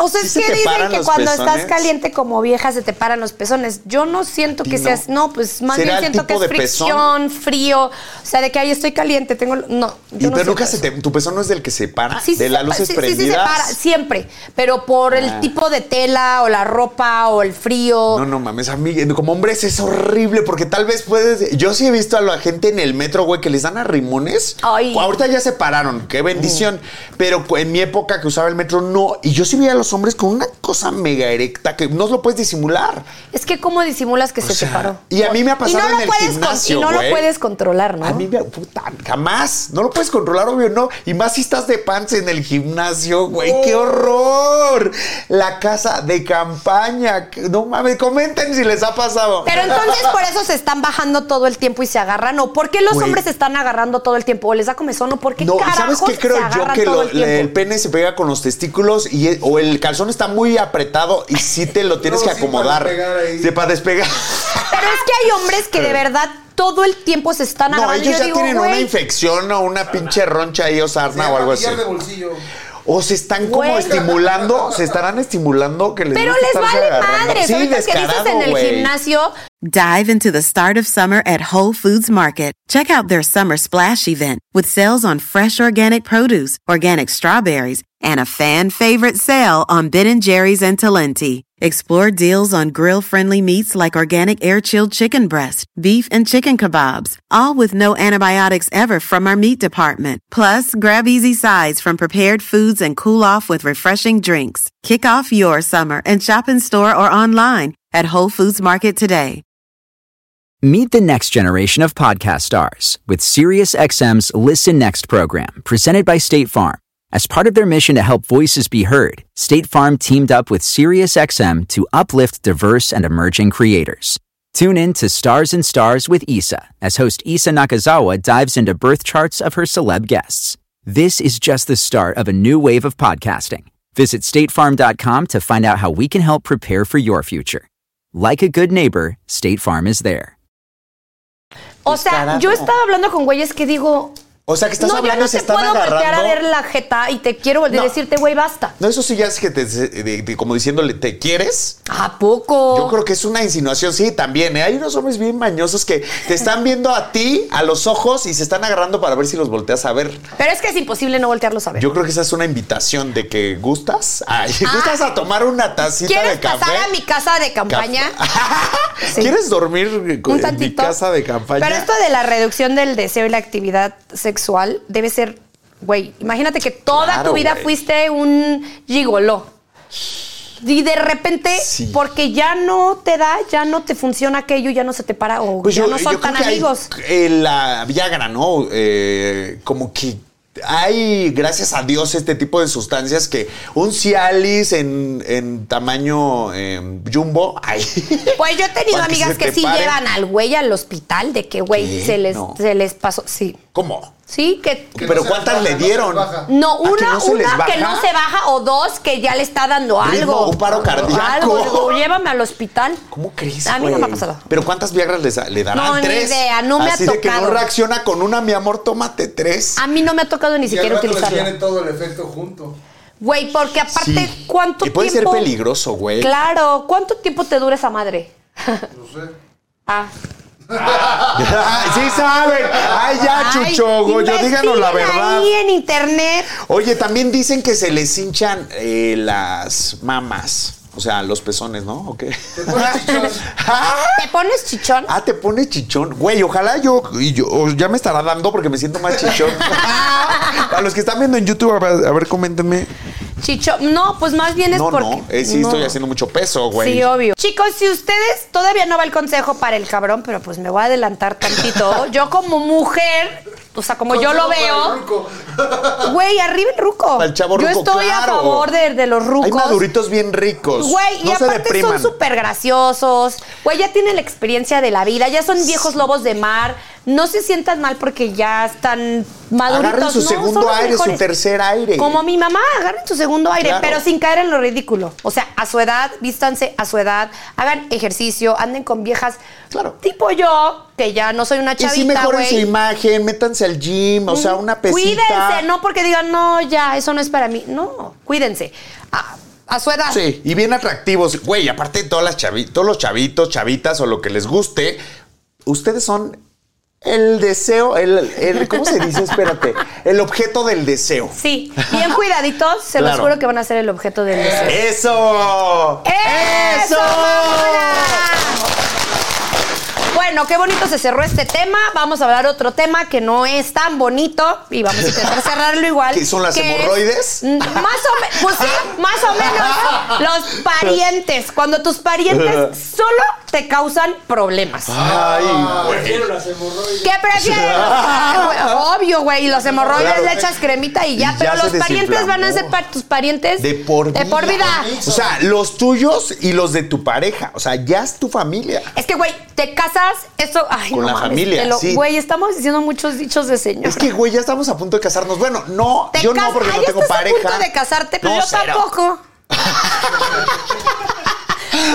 A: ¿Ustedes
B: ¿Sí se
A: qué
B: te
A: dicen
B: paran
A: que
B: los
A: cuando
B: pezones?
A: estás caliente como vieja se te paran los pezones? Yo no siento que
B: ¿Y no?
A: seas, no, pues más
B: ¿Será
A: bien
B: el
A: siento que
B: tipo
A: es
B: de pezón?
A: fricción, frío, o sea, de que ahí estoy caliente, tengo, no.
B: Y
A: Yo no
B: pero
A: siento
B: nunca se
A: eso. Ah,
B: te, tu pezón no es del que se para,
A: Sí,
B: de
A: sí
B: las
A: se-
B: luces
A: sí, sí, sí se
B: prendidas.
A: para, siempre, pero por el tipo de tela o la ropa o el frío.
B: Ah. No, no mames, a mí como hombres es horrible porque tal vez puedes. Yo sí he visto a la gente en el metro, güey, que les dan a rimones.
A: Ay.
B: Ahorita ya se pararon, qué bendición. Pero cu- en mi época que usaba el metro, no. Y yo sí veía a los hombres con una cosa mega erecta que no lo puedes disimular.
A: Es que cómo disimulas que se
B: sea,
A: te paró.
B: y a mí me ha pasado
A: y no lo
B: en el
A: puedes con-
B: gimnasio,
A: Y no
B: güey.
A: lo puedes controlar, ¿no?
B: A mí me. Puta, jamás. No lo puedes controlar, obvio, no. Y más si estás de pants en el gimnasio, güey. ¡Qué
A: Oh.
B: horror! La casa de campaña. No mames, comenten si les ha pasado.
A: Pero entonces por eso se están bajando todo el tiempo y se agarran. ¿O por qué los
B: Güey.
A: hombres se están agarrando todo el tiempo? ¿O les da comezón? ¿O por qué
B: No, ¿y
A: carajos
B: ¿sabes qué creo
A: se
B: yo?
A: agarran
B: Que
A: todo
B: lo-
A: el
B: el,
A: tiempo?
B: pene se pega con los testículos y, eh, o el calzón está muy apretado y sí te lo tienes
E: No,
B: que
E: sí,
B: acomodar.
E: para despegar ahí.
B: Sí, para despegar.
A: Pero es que hay hombres que de verdad todo el tiempo se están
B: No,
A: agarrando.
B: ellos
A: Yo
B: ya
A: digo,
B: tienen una
A: güey,
B: infección o una pinche roncha ahí o sarna o
E: llama
B: algo así.
E: billar de bolsillo.
B: O se están como
A: Güey.
B: estimulando, se estarán estimulando que les
A: Pero
B: gusta
A: les
B: estarse
A: vale
B: agarrando.
A: madre.
B: Sí,
A: Ahorita que dices
B: descarado,
A: en el
B: güey.
A: gimnasio,
G: Dive into the start of summer at Whole Foods Market. Check out their summer splash event with sales on fresh organic produce, organic strawberries, and a fan favorite sale on Ben and Jerry's and Talenti. Explore deals on grill-friendly meats like organic air-chilled chicken breast, beef and chicken kebabs, all with no antibiotics ever from our meat department. Plus, grab easy sides from prepared foods and cool off with refreshing drinks. Kick off your summer and shop in store or online at Whole Foods Market today.
H: Meet the next generation of podcast stars with SiriusXM's Listen Next program, presented by State Farm. As part of their mission to help voices be heard, State Farm teamed up with SiriusXM to uplift diverse and emerging creators. Tune in to Stars and Stars with Issa as host Issa Nakazawa dives into birth charts of her celeb guests. This is just the start of a new wave of podcasting. Visit statefarm.com to find out how we can help prepare for your future. Like a good neighbor, State Farm is there.
A: O sea,
B: Descarado.
A: yo estaba hablando con güeyes que digo.
B: O sea, que estás
A: no, yo
B: hablando
A: no
B: y se
A: te
B: están
A: puedo voltear a
B: agarrando.
A: ver la jeta y te quiero volver a
B: No.
A: decirte, güey, basta.
B: No, eso sí ya es que te, de- de- como diciéndole, ¿te quieres?
A: ¿A poco?
B: Yo creo que es una insinuación, sí, también. ¿eh? Hay unos hombres bien mañosos que te están viendo a ti, a los ojos, y se están agarrando para ver si los volteas a ver.
A: Pero es que es imposible no voltearlos a ver.
B: Yo creo que esa es una invitación de que gustas. Ay,
A: Ah.
B: ¿Gustas a tomar una tacita
A: ¿Quieres
B: de café?
A: pasar a mi casa de campaña?
B: Café.
A: Sí.
B: ¿Quieres dormir
A: Un
B: en mi
A: tantito.
B: casa de campaña?
A: Pero esto de la reducción del deseo y la actividad sexual debe ser, güey, imagínate que toda
B: Claro,
A: tu vida
B: güey.
A: fuiste un gigoló. Y de repente,
B: Sí.
A: porque ya no te da, ya no te funciona aquello, ya no se te para, o
B: Pues
A: ya
B: yo-
A: no
B: yo
A: son
B: creo
A: tan
B: que hay,
A: amigos.
B: eh, la Viagra, ¿no? Eh, como que hay, gracias a Dios, este tipo de sustancias que un Cialis en, en tamaño eh, jumbo, ay.
A: Pues yo he tenido
B: Para que
A: amigas
B: se
A: que,
B: te
A: sí
B: paren.
A: llevan al güey al hospital de que, güey,
B: ¿Qué?
A: se les,
B: No.
A: se les pasó. Sí.
B: ¿Cómo?
A: Sí, que.
E: Que
B: ¿Pero
E: no se
B: cuántas le
E: les baja, no se
B: dieron?
E: les baja.
A: No,
B: ¿A que
A: una,
B: no se les
A: una que
B: baja?
A: no se baja o dos que ya le está dando
B: Ritmo,
A: algo.
B: un paro cardíaco.
A: Algo, digo, llévame al hospital.
B: ¿Cómo crees?
A: A mí no
B: güey?
A: me ha pasado.
B: ¿Pero cuántas Viagras les, le darán?
A: No, ni
B: ¿Tres?
A: idea, no me ha
B: Así de que no
A: tocado.
B: reacciona con una, mi amor, tómate tres.
A: A mí no me ha tocado ni
E: Y al
A: siquiera
E: rato les viene
A: utilizarlo.
E: todo el efecto junto.
A: Güey, porque aparte,
B: Sí.
A: ¿cuánto
B: Y puede ser
A: tiempo?
B: peligroso, ¿eh? güey.
A: Claro, ¿cuánto tiempo te dura esa madre?
E: No sé.
A: Ah.
B: Ay, sí saben. Ay, ya,
A: Ay,
B: Chuchogo, Ah, yo díganos la
A: investiguen
B: verdad.
A: Ahí en internet.
B: Oye, también dicen que se les hinchan eh, las mamas. O sea, los pezones, ¿no? ¿O qué?
E: Te pones chichón.
B: ah,
A: ¿Te pones chichón?
B: ah, te pone chichón. Güey, ojalá yo, y yo- o ya me estará dando porque me siento más chichón. a los que están viendo en YouTube, a ver, a ver, coméntenme.
A: Chichón. No, pues más bien es
B: No,
A: porque.
B: no, eh, sí
A: no.
B: estoy haciendo mucho peso, güey.
A: Sí, obvio. Chicos, si ustedes todavía no va el consejo para el cabrón, pero pues me voy a adelantar tantito. Yo como mujer, o sea, como Pues yo lo
E: Consejo para el
A: veo,
E: ruco.
A: güey, arriba el ruco.
B: Para el chavo
A: yo
B: ruco,
A: estoy
B: claro.
A: a favor de, de los
B: Hay
A: rucos.
B: maduritos bien ricos.
A: Güey,
B: Pues, no
A: y
B: se
A: aparte son
B: depriman.
A: súper graciosos. Güey, ya tienen la experiencia de la vida, ya son viejos lobos de mar. No se sientan mal porque ya están maduritos.
B: Agarren su
A: No, son
B: segundo
A: los
B: aire, su
A: mejores.
B: tercer aire.
A: Como mi mamá, agarren su segundo aire,
B: Claro.
A: pero sin caer en lo ridículo. O sea, a su edad, vístanse a su edad, hagan ejercicio, anden con viejas.
B: Claro.
A: Tipo yo, que ya no soy una
B: Y sí
A: chavita,
B: mejoren su
A: güey.
B: imagen, métanse al gym, o sea, una pesita.
A: cuídense, no porque digan, no, ya, eso no es para mí. No, cuídense. A, a su edad.
B: Sí, y bien atractivos. Güey, aparte de todas las chavi- todos los chavitos, chavitas o lo que les guste, ustedes son el deseo, el, el- ¿cómo se dice? Espérate, el objeto del deseo.
A: Sí, bien cuidaditos, se los
B: Claro.
A: juro que van a ser el objeto del deseo.
B: ¡Eso!
A: ¡Eso, mamona! Bueno, qué bonito se cerró este tema. Vamos a hablar otro tema que no es tan bonito y vamos a intentar cerrarlo igual.
B: ¿Qué son las
A: es-
B: hemorroides?
A: Mm, más o menos, pues sí, más o menos los parientes. Cuando tus parientes solo te causan problemas.
B: Ay, güey.
E: Prefiero las hemorroides.
A: ¿Qué prefieres? Ah, güey, Obvio, güey. Y los hemorroides
B: Claro.
A: le echas cremita y ya,
B: Y ya
A: pero
B: se
A: los parientes van a ser
B: desinflamó.
A: pa- tus parientes
B: De por vida.
A: De por vida.
B: O sea, los tuyos y los de tu pareja. O sea, ya es tu familia.
A: Es que, güey, te casas, esto. Ay,
B: Con
A: no
B: la
A: mames,
B: familia,
A: te lo-
B: sí.
A: Güey, estamos diciendo muchos dichos de señor.
B: Es que, güey, ya estamos a punto de casarnos. Bueno, no,
A: Te
B: yo
A: cas-
B: no, porque
A: Ay,
B: no
A: ya
B: tengo
A: estás
B: pareja.
A: a punto de casarte, pero
B: No,
A: yo
B: cero.
A: tampoco.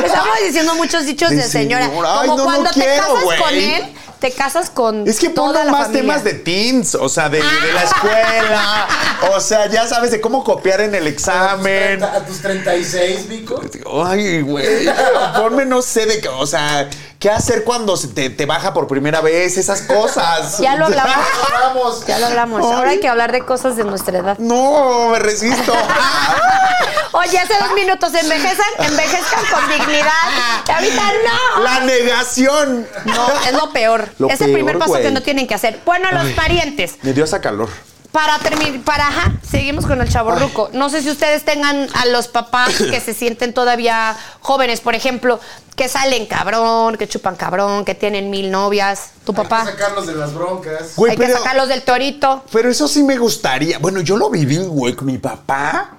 A: estamos diciendo muchos dichos de,
B: De
A: señora.
B: señora. Ay,
A: Como
B: no, no
A: cuando te
B: quiero,
A: casas
B: güey.
A: con él, te casas con.
B: Es que
A: toda
B: pongo
A: la
B: más
A: familia.
B: temas de teens, o sea, de, de la escuela. O sea, ya sabes de cómo copiar en el examen.
E: A tus 36, Vico.
B: Ay, güey. Ponme, no sé, de qué, o sea, qué hacer cuando se te, te baja por primera vez, esas cosas.
A: Ya lo hablamos.
E: Vamos.
A: Ya lo hablamos.
B: Ay.
A: Ahora hay que hablar de cosas de nuestra edad.
B: No, me resisto.
A: Oye, hace dos minutos envejezan, envejezcan con dignidad. Y ahorita no.
B: La negación.
A: No, es lo peor.
B: Lo
A: es el primer
B: peor,
A: paso que
B: güey.
A: no tienen que hacer. Bueno, los parientes.
B: Me dio esa calor.
A: para terminar, para, ajá, seguimos con el chaborruco. No sé si ustedes tengan a los papás que se sienten todavía jóvenes, por ejemplo, que salen cabrón, que chupan cabrón, que tienen mil novias. Tu
E: Hay que
A: papá.
E: sacarlos de las broncas.
B: Güey,
A: Hay que
B: pero-
A: sacarlos del torito.
B: Pero eso sí me gustaría. Bueno, yo lo viví, güey, con mi papá.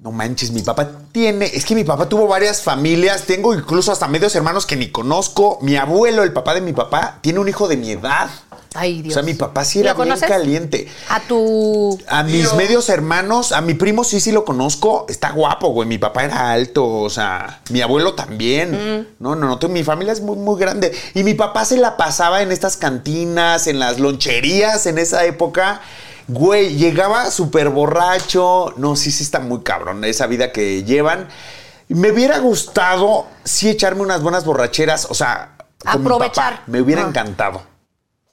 B: No manches, mi papá tiene. Es que mi papá tuvo varias familias. Tengo incluso hasta medios hermanos que ni conozco. Mi abuelo, el papá de mi papá, tiene un hijo de mi edad.
A: Ay, Dios.
B: O sea, mi papá sí era
A: ¿Lo
B: bien
A: conoces?
B: caliente.
A: A tu.
B: A mis
E: Tío.
B: medios hermanos, a mi primo sí, sí lo conozco. Está guapo, güey. Mi papá era alto, o sea, mi abuelo
A: Mm.
B: también. No, no, no. tú- Mi familia es muy, muy grande. Y mi papá se la pasaba en estas cantinas, en las loncherías en esa época. Güey, llegaba súper borracho. No, sí, sí está muy cabrón esa vida que llevan. Me hubiera gustado, sí, echarme unas buenas borracheras, o sea, con mi papá.
A: Aprovechar.
B: Me hubiera
A: Ah. Mm,
B: encantado.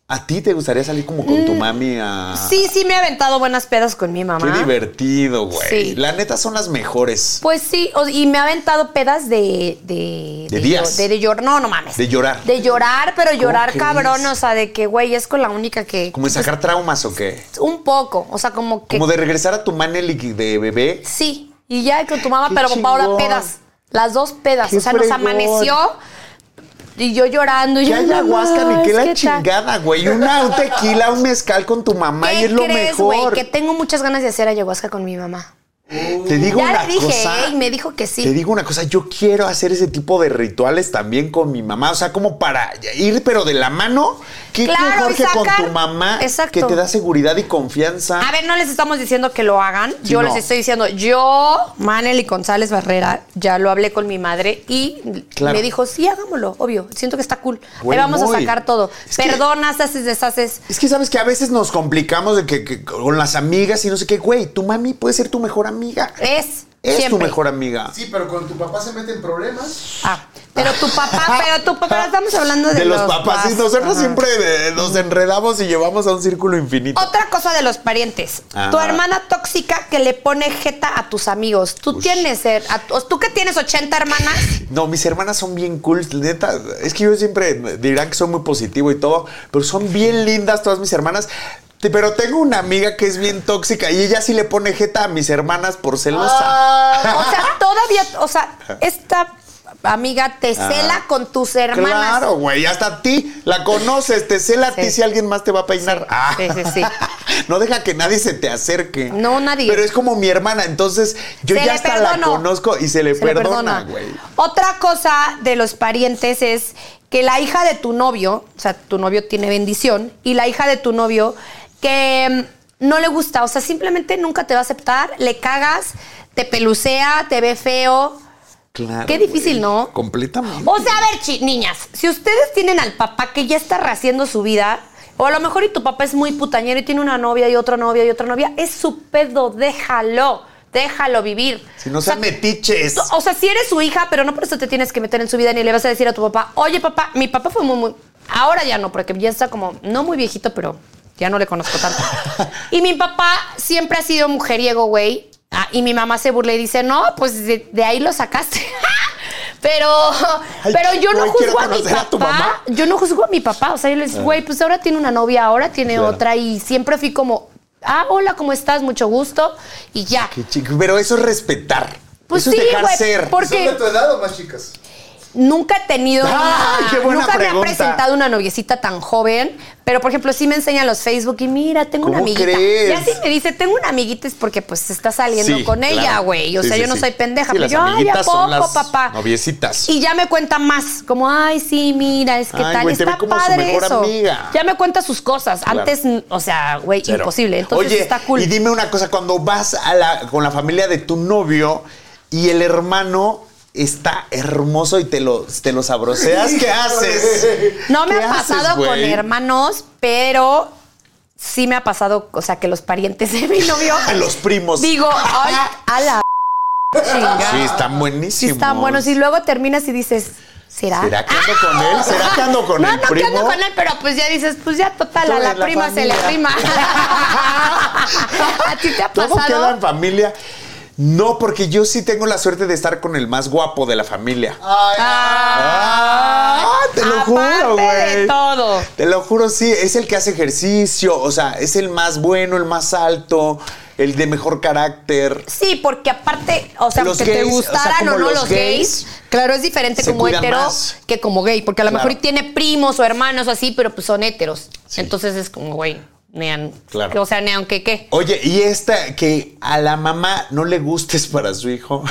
B: ¿A ti te gustaría salir como con tu mami a...?
A: Sí, sí, me he aventado buenas pedas con mi mamá.
B: Qué divertido, güey.
A: Sí.
B: La neta son las mejores.
A: Pues sí, o- y me ha aventado pedas de. De,
B: De días.
A: llo- De, de llor- no, no mames.
B: De llorar.
A: De llorar, pero llorar
B: crees?
A: cabrón, o sea, de que, güey, Pues es con la única que.
B: ¿Como de sacar traumas o qué?
A: Un poco, o sea, como que.
B: Como de regresar a tu Manelik de bebé.
A: Sí, y ya con tu mamá,
B: Qué
A: pero ahora
B: chingón.
A: pedas. Las dos pedas,
B: Qué
A: o sea, nos
B: fregón.
A: ayahuasca y yo llorando. Y
B: Que
A: yo,
B: hay ayahuasca
A: "Mamá,
B: ni que
A: es
B: la
A: que tal".
B: chingada, güey. Una un tequila, un mezcal con tu mamá y
A: ¿Qué
B: es lo
A: crees, güey?
B: mejor.
A: Que tengo muchas ganas de hacer ayahuasca con mi mamá.
B: Te digo
A: Ya
B: una
A: le dije,
B: cosa.
A: ¿eh? y me dijo que sí.
B: Te digo una cosa, yo quiero hacer ese tipo de rituales también con mi mamá, o sea, como para ir pero de la mano, qué
A: Claro,
B: mejor
A: y
B: que con
A: sacar-
B: tu mamá
A: Exacto.
B: que te da seguridad y confianza.
A: A ver, no les estamos diciendo que lo hagan.
B: Sí,
A: yo
B: no.
A: les estoy diciendo, yo, Manel y González Barrera, ya lo hablé con mi madre y
B: Claro.
A: me dijo, sí, hagámoslo, obvio. Siento que está cool.
B: Güey,
A: Ahí vamos
B: muy.
A: a sacar todo.
B: Es que-
A: Perdonas, haces, deshaces.
B: Es que sabes que a veces nos complicamos de que, que con las amigas y no sé qué, güey, tu mami puede ser tu mejor amiga.
A: Es,
B: Es
A: Eh, siempre.
B: tu mejor amiga.
E: Sí, pero cuando tu papá se mete en problemas.
A: Ah, pero tu papá, pero tu papá, pero estamos hablando de,
B: De los papás.
A: pas-
B: Y nosotros
A: Ajá.
B: siempre eh, nos enredamos y llevamos a un círculo infinito.
A: Otra cosa de los parientes.
B: Ah.
A: Tu hermana tóxica que le pone jeta a tus amigos. Tú tienes, eh, a- tú que tienes 80 hermanas.
B: No, mis hermanas son bien cool, neta. Es que yo siempre dirán que soy muy positivo y todo, pero son bien lindas todas mis hermanas. Te- Pero tengo una amiga que es bien tóxica y ella sí le pone jeta a mis hermanas por celosa.
A: O sea, todavía, o sea, esta amiga te cela con tus hermanas.
B: Claro, güey, hasta a ti la conoces, te cela a
A: Sí.
B: ti si alguien más te va a peinar.
A: Sí,
B: Ah.
A: sí, sí, sí.
B: No deja que nadie se te acerque.
A: No, nadie.
B: Pero es como mi hermana, entonces yo
A: Se le
B: ya hasta la
A: perdono.
B: conozco y se le
A: Se le
B: perdona, güey.
A: Otra cosa de los parientes es que la hija de tu novio, o sea, tu novio tiene bendición, y la hija de tu novio que mm, no le gusta, o sea, simplemente nunca te va a aceptar, le cagas, te pelucea, te ve feo.
B: Claro.
A: Qué difícil,
B: güey.
A: ¿no?
B: Completamente.
A: O sea, a ver, chi- niñas, si ustedes tienen al papá que ya está rehaciendo su vida, o a lo mejor y tu papá es muy putañero y tiene una novia y otra novia y otra novia, es su pedo, déjalo, déjalo vivir.
B: Si no sean metiches.
A: Tú- O sea, si eres su hija, pero no por eso te tienes que meter en su vida ni le vas a decir a tu papá, oye papá, mi papá fue muy, muy... Ahora ya no, porque ya está como, no muy viejito, pero ya no le conozco tanto. y mi papá siempre ha sido mujeriego, güey. Ah, y mi mamá se burla y dice, no, pues de, de ahí lo sacaste. pero
B: Ay,
A: pero yo no
B: güey, quiero
A: juzgo a mi
B: conocer
A: papá.
B: a tu mamá. Ah.
A: Yo no juzgo a mi papá. O sea, yo le digo, güey, pues ahora tiene una novia, ahora tiene
B: Claro.
A: otra. Y siempre fui como, ah, hola, ¿cómo estás? Mucho gusto. Y ya.
B: Qué chico, Pero eso es respetar.
A: Pues
B: eso
A: sí,
B: es dejar
A: güey,
B: ser.
A: por-
E: ¿Son
A: qué?
E: de tu edad o más chicas?
A: Nunca he tenido.
B: ¡Ah,
A: una-
B: qué buena
A: nunca me ha
B: pregunta!
A: presentado una noviecita tan joven, pero por ejemplo, sí me enseñan los Facebook y mira, tengo una
B: ¿Cómo
A: amiguita.
B: crees?
A: Y así me dice, tengo una amiguita, es porque pues se está saliendo
B: Sí,
A: con ella,
B: claro.
A: güey. O
B: Sí,
A: sea,
B: sí,
A: yo no
B: sí.
A: soy pendeja,
B: Sí,
A: pero
B: las
A: yo, ay, ¿a
B: amiguitas son
A: poco,
B: las
A: papá?
B: noviecitas.
A: Y ya me cuenta más, como, ay, sí, mira, es que
B: Ay,
A: tal,
B: güey, te
A: está
B: ve como su
A: padre
B: mejor
A: eso.
B: amiga.
A: Ya me cuenta sus cosas.
B: Claro.
A: Antes, o sea, güey,
B: Cero.
A: imposible. Entonces
B: Oye,
A: está cool.
B: Y dime una cosa, cuando vas a la, con la familia de tu novio y el hermano está hermoso y te lo, te lo sabroseas, ¿qué haces?
A: No me
B: ¿Qué
A: ha
B: haces,
A: pasado con
B: güey?
A: hermanos, pero sí me ha pasado, o sea, que los parientes de mi novio.
B: Los primos.
A: Digo, ay, a la chingada.
B: Sí, están
A: Sí,
B: buenísimos.
A: están buenos. Y luego terminas y dices, ¿será? Ah,
B: ¿Será que ando con él? ¿Será que ando con
A: no,
B: el
A: no
B: primo?
A: que ando con él, pero pues ya dices, pues ya total,
B: Todo
A: a la
B: en la
A: prima se le
B: familia.
A: rima. ¿A ti te ha
B: ¿Todo queda
A: pasado?
B: en familia? No, porque
E: Ah,
B: yo sí tengo la suerte de estar con el más guapo de la familia.
E: Ay,
B: ¡Ay, Ah, te lo
A: Aparte
B: juro,
A: de
B: güey.
A: todo.
B: Te lo juro, sí. Es el que hace ejercicio. O sea, es el más bueno, el más alto, el de mejor carácter.
A: Sí, porque aparte, o sea,
B: Los
A: aunque te
B: gays, o sea,
A: gustaran o,
B: como
A: no
B: los
A: los gays,
B: gays,
A: claro, es diferente
B: se
A: como
B: cuidan
A: hetero
B: más.
A: que como gay, porque a lo
B: Claro.
A: mejor tiene primos o hermanos o así, pero pues son heteros. Entonces es como, güey, nean.
B: Claro.
A: O sea, nean que qué.
B: Oye, y esta que a la mamá no le gustes para su hijo.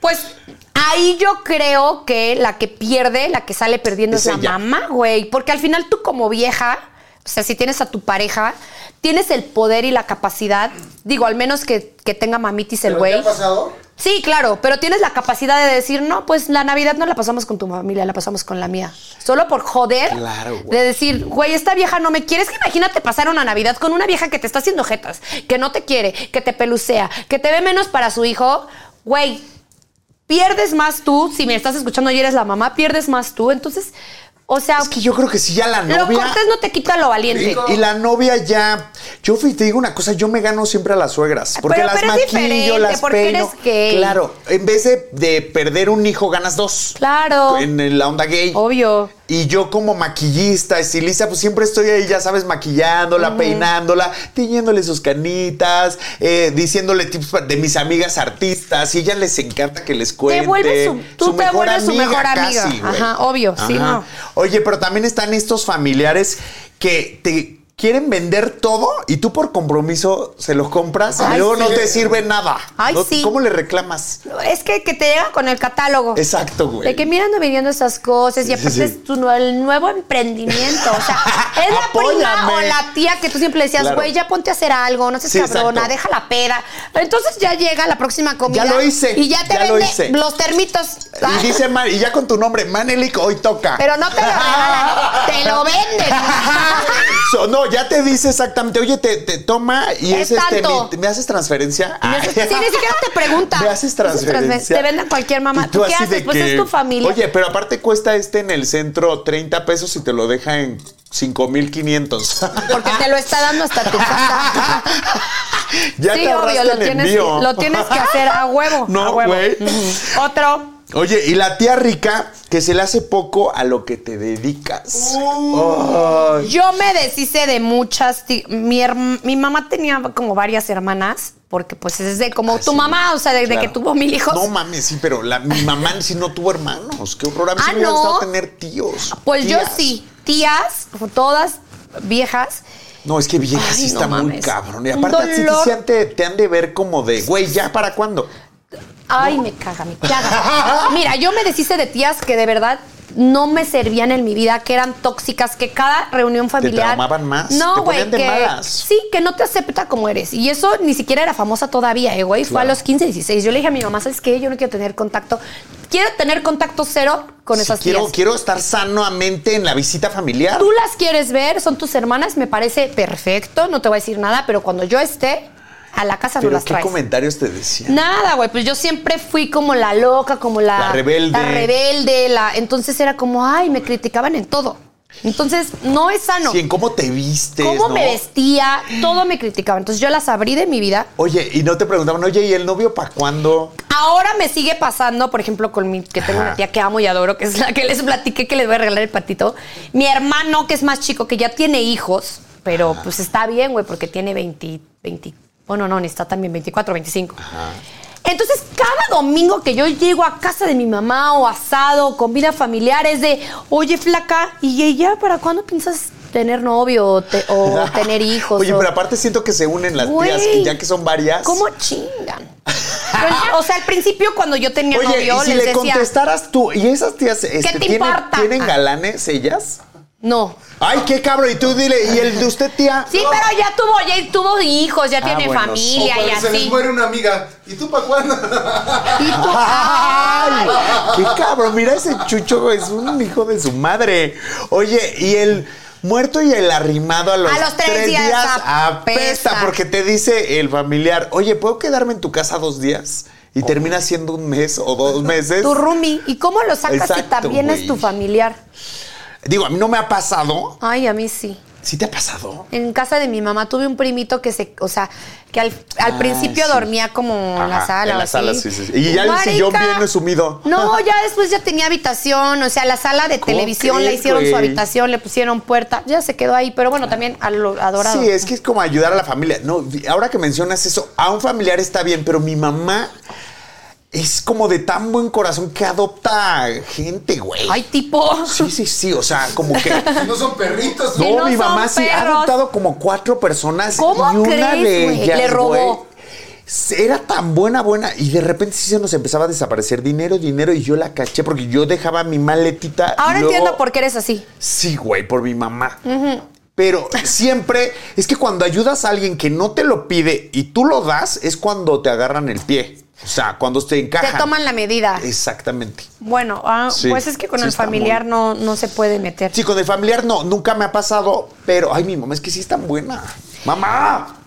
A: Pues ahí yo creo que la que pierde, la que sale perdiendo
B: Es
A: es,
B: ella.
A: la mamá, güey. Porque al final tú como vieja, o sea, si tienes a tu pareja, tienes el poder y la capacidad, digo, al menos que, que tenga mamitis el
E: ¿Pero
A: güey.
E: ¿Te ha pasado?
A: Sí, claro, pero tienes la capacidad de decir, no, pues la Navidad no la pasamos con tu familia, la pasamos con la mía. Solo por joder.
B: Claro, güey.
A: De decir, güey, esta vieja no me quiere. Es que imagínate pasar una Navidad con una vieja que te está haciendo jetas, que no te quiere, que te pelucea, que te ve menos para su hijo. Güey, pierdes más tú. Si me estás escuchando y eres la mamá, pierdes más tú. Entonces, o sea,
B: es que yo creo que sí, ya la
A: lo
B: novia.
A: cortés no te quita lo valiente.
B: Y, y la novia ya. Yo fui- te digo una cosa, yo me gano siempre a las suegras. Porque
A: Pero-
B: las
A: pero es
B: maquillo,
A: diferente,
B: las
A: porque
B: peino.
A: eres gay.
B: Claro, en vez de, de perder un hijo, ganas dos.
A: Claro.
B: En la onda gay.
A: Obvio.
B: Y yo como maquillista, estilista, pues siempre estoy ahí, ya sabes, maquillándola, peinándola, tiñéndole sus canitas, eh, diciéndole tips pa- de mis amigas artistas, y ella les encanta que les cuente.
A: vuelves su- tú te vuelves su mejor amiga.
B: güey.
A: Ajá, obvio, sí, no.
B: Oye, pero también están estos familiares que te quieren vender todo y tú por compromiso se los compras y
A: Ay,
B: luego no
A: sí.
B: te sirve nada.
A: Ay,
B: No-
A: sí.
B: ¿Cómo le reclamas?
A: Es que, que te llega con el catálogo.
B: Exacto, güey.
A: De que mira ando vendiendo esas cosas y aparte
B: sí.
A: es tu, nue- el nuevo emprendimiento. O sea, es la
B: Apóyame.
A: prima o la tía que tú siempre decías,
B: Claro.
A: güey, ya ponte a hacer algo, no seas
B: Sí,
A: cabrona,
B: exacto.
A: deja la peda. Entonces ya llega la próxima comida.
B: Ya lo hice,
A: Y ya te
B: ya lo
A: vende
B: hice.
A: los termitos. Ah,
B: Y dice, Ma- y ya con tu nombre, Manelik, hoy toca.
A: Pero no te lo regalan, te lo venden.
B: So, no, ya te dice exactamente, oye, te, te toma y es,
A: Es
B: este,
A: tanto.
B: mi- ¿me haces transferencia?
A: Y es- sí, ni siquiera te pregunta.
B: ¿Me haces
A: Me haces transfer-
B: transferencia?
A: te venden cualquier mamá.
B: Y tú
A: ¿Tú qué
B: así de
A: haces? Pues es tu familia.
B: Oye, pero aparte cuesta este en el centro 30 pesos y te lo deja en 5500.
A: Porque te lo está dando hasta tu casa.
B: ya
A: sí,
B: te ahorraste
A: obvio, lo
B: el
A: tienes, que,
B: envío.
A: lo tienes que hacer a huevo.
B: No,
A: a huevo.
B: güey.
A: Ujú. Otro.
B: Oye, y la tía rica que se le hace poco a lo que te dedicas.
A: Yo me deshice de muchas. ti- Mi, herm- mi mamá tenía como varias hermanas, porque pues es de como tu
B: Ah, Sí,
A: mamá, o sea, desde
B: claro.
A: que tuvo mil hijos.
B: No mames, sí, pero la, mi mamá sí no tuvo hermanos. Qué horror. A mí sí
A: Ah,
B: me hubiera
A: ¿no?
B: gustado tener tíos.
A: pues yo
B: tías.
A: sí, tías, todas viejas.
B: No, es que vieja
A: Ay,
B: sí
A: no
B: está muy
A: mames.
B: cabrón. Y
A: Un
B: aparte, sí,
A: dolor.
B: sí han te, te han de ver como de, güey, ¿ya para cuándo?
A: Ay, me caga, me caga. Mira, yo me deshice de tías que de verdad no me servían en mi vida, que eran tóxicas, que cada reunión familiar.
B: traumaban más, te
A: No,
B: ponían
A: güey,
B: de
A: que.
B: malas.
A: Sí, que no te acepta como eres. Y eso ni siquiera era famosa todavía, eh, güey. Fue a los 15, 16. Yo le dije a mi mamá, ¿sabes qué? Yo no quiero tener contacto. Quiero tener contacto cero con
B: Sí,
A: esas
B: quiero,
A: tías.
B: quiero estar sanamente en la visita familiar.
A: Tú las quieres ver, son tus hermanas, me parece perfecto, no te voy a decir nada, pero cuando yo esté, a la casa no
B: Pero
A: las
B: qué
A: traes.
B: comentarios te decían.
A: Nada, güey, pues yo siempre fui como la loca, como la,
B: La rebelde.
A: La rebelde, la. Entonces era como, ay, me criticaban en todo. Entonces, no es sano.
B: Sí, en cómo te vistes,
A: Cómo
B: ¿no?
A: me vestía, todo me criticaba. Entonces yo las abrí de mi vida.
B: Oye, y no te preguntaban, oye, ¿y el novio para cuándo?
A: Ahora me sigue pasando, por ejemplo, con mi, que tengo
B: Ajá.
A: una tía que amo y adoro, que es la que les platiqué que les voy a regalar el patito. Mi hermano, que es más chico, que ya tiene hijos, pero pues está bien, güey, porque tiene 20, 20, bueno, no, ni está también 24, 25. Entonces, cada domingo que yo llego a casa de mi mamá o asado o comida familiar es de, oye, flaca, ¿y ella para cuándo piensas tener novio o, te- o tener hijos?
B: Oye,
A: o-
B: pero aparte siento que se unen las
A: Güey.
B: tías, que ya que son varias.
A: ¿Cómo chingan? Pero ya, o sea, al principio cuando yo tenía
B: Oye,
A: novio
B: y si
A: les
B: le
A: decía,
B: contestaras tú, ¿y esas tías este,
A: te
B: tienen,
A: importa?
B: tienen
A: Ah.
B: galanes ellas?
A: no.
B: Ay, qué cabrón, y tú dile, ¿y el de usted, tía?
A: Sí, pero ya tuvo, ya tuvo hijos, ya tiene
B: Ah, bueno,
E: O
A: familia y
E: cuando se les
A: así.
E: muere una amiga. ¿Y tú para cuándo?
A: Y tú-
B: ¡Ay! ¡Qué cabrón! Mira ese chucho, es un hijo de su madre. Oye, y el muerto y el arrimado a los,
A: A los tres días
B: apesta,
A: apesta.
B: porque te dice el familiar, oye, ¿puedo quedarme en tu casa dos días? Y termina siendo un mes o dos meses.
A: tu roomie. ¿Y cómo lo sacas si
B: Exacto,
A: también
B: güey.
A: es tu familiar?
B: Digo, a mí no me ha pasado,
A: Ay, a mí sí.
B: ¿Sí te ha pasado?
A: En casa de mi mamá tuve un primito que se, o sea, que al, al
B: Ah,
A: principio
B: sí.
A: dormía como en la
B: Ajá,
A: sala.
B: en
A: o
B: la sala,
A: así.
B: sí, sí, sí. Y ya el sillón bien resumido.
A: No, ya después ya tenía habitación, o sea, la sala de
B: ¿Cómo
A: televisión la
B: crees,
A: hicieron su
B: güey? Ah.
A: habitación, le pusieron puerta, ya se quedó ahí, pero bueno, también a lo- adorado.
B: Sí, es que es como ayudar a la familia. No, ahora que mencionas eso, a un familiar está bien, pero mi mamá es como de tan buen corazón que adopta gente, güey.
A: Ay, tipo.
B: Sí, sí, sí, o sea, como que...
E: Si no son perritos.
B: No,
A: Sí, no
B: mi
A: son
B: mamá sí ha
A: perros.
B: adoptado como cuatro personas
A: ¿Cómo
B: y una
A: crees,
B: de
A: güey?
B: ellas,
A: Le robó.
B: güey, Era tan buena, buena. Y de repente sí se nos empezaba a desaparecer dinero, dinero. Y yo la caché porque yo dejaba mi maletita.
A: Ahora
B: y luego-
A: entiendo por qué eres así.
B: Sí, güey, por mi mamá. Pero siempre es que cuando ayudas a alguien que no te lo pide y tú lo das, es cuando te agarran el pie. O sea, cuando te encajan.
A: Te toman la medida.
B: Exactamente.
A: Bueno, ah,
B: Sí,
A: pues es que con
B: sí
A: el
B: está
A: familiar
B: muy-
A: no, no se puede meter.
B: Sí, con el familiar no, nunca me ha pasado, pero ay, mi mamá es que sí es tan buena. ¡Mamá!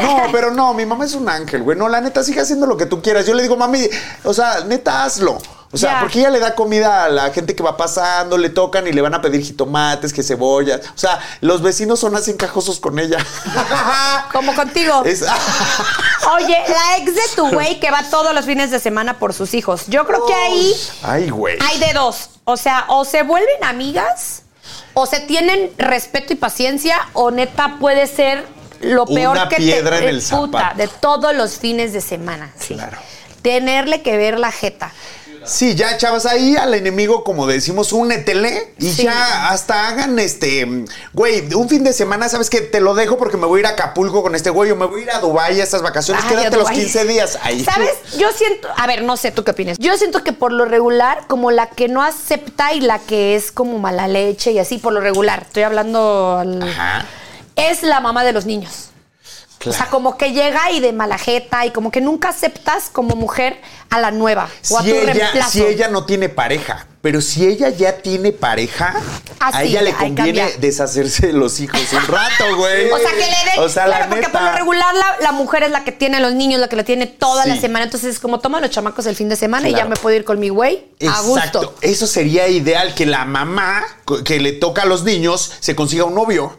B: No, pero no, mi mamá es un ángel, güey. No, la neta, sigue haciendo lo que tú quieras. Yo le digo, mami, o sea, neta, hazlo. O sea,
A: Ya.
B: porque ella le da comida a la gente que va pasando, le tocan y le van a pedir jitomates, que cebollas. O sea, los vecinos son así encajosos con ella.
A: Como contigo.
B: Es-
A: Oye, la ex de tu güey que va todos los fines de semana por sus hijos. Yo creo que ahí
B: Ay, güey.
A: hay de dos. O sea, o se vuelven amigas, o se tienen respeto y paciencia, o neta puede ser lo
B: Una
A: peor que
B: piedra en
A: te
B: el
A: eh, puta,
B: zapato.
A: de todos los fines de semana. sí.
B: Claro.
A: Tenerle que ver la jeta.
B: Sí, ya, chavas, ahí al enemigo, como decimos, únetele y
A: Sí.
B: ya hasta hagan este, mm, güey, un fin de semana, ¿sabes qué? Te lo dejo porque me voy a ir a Acapulco con este güey o me voy a ir a Dubái a estas vacaciones,
A: Ay,
B: quédate
A: a
B: los
A: Dubái.
B: 15 días ahí.
A: ¿Sabes? Yo siento, a ver, no sé tú qué opinas. Yo siento que por lo regular, como la que no acepta y la que es como mala leche y así, por lo regular, estoy hablando al-
B: Ajá.
A: es la mamá de los niños. O sea,
B: Claro.
A: como que llega y de malajeta y como que nunca aceptas como mujer a la nueva o a
B: si
A: tu
B: ella,
A: reemplazo.
B: si ella no tiene pareja, pero si ella ya tiene pareja, a
A: Así,
B: ella le
A: Ah, hay que
B: conviene
A: cambiar.
B: deshacerse de los hijos un rato, güey.
A: o sea, que le den.
B: O sea, la
A: claro, porque por
B: neta.
A: lo regular la, la mujer es la que tiene a los niños, la que la tiene toda la
B: Sí.
A: semana. Entonces, como toman los chamacos el fin de semana y ya
B: Claro.
A: me puedo ir con mi güey a
B: Exacto.
A: gusto.
B: Eso sería ideal que la mamá co- que le toca a los niños se consiga un novio.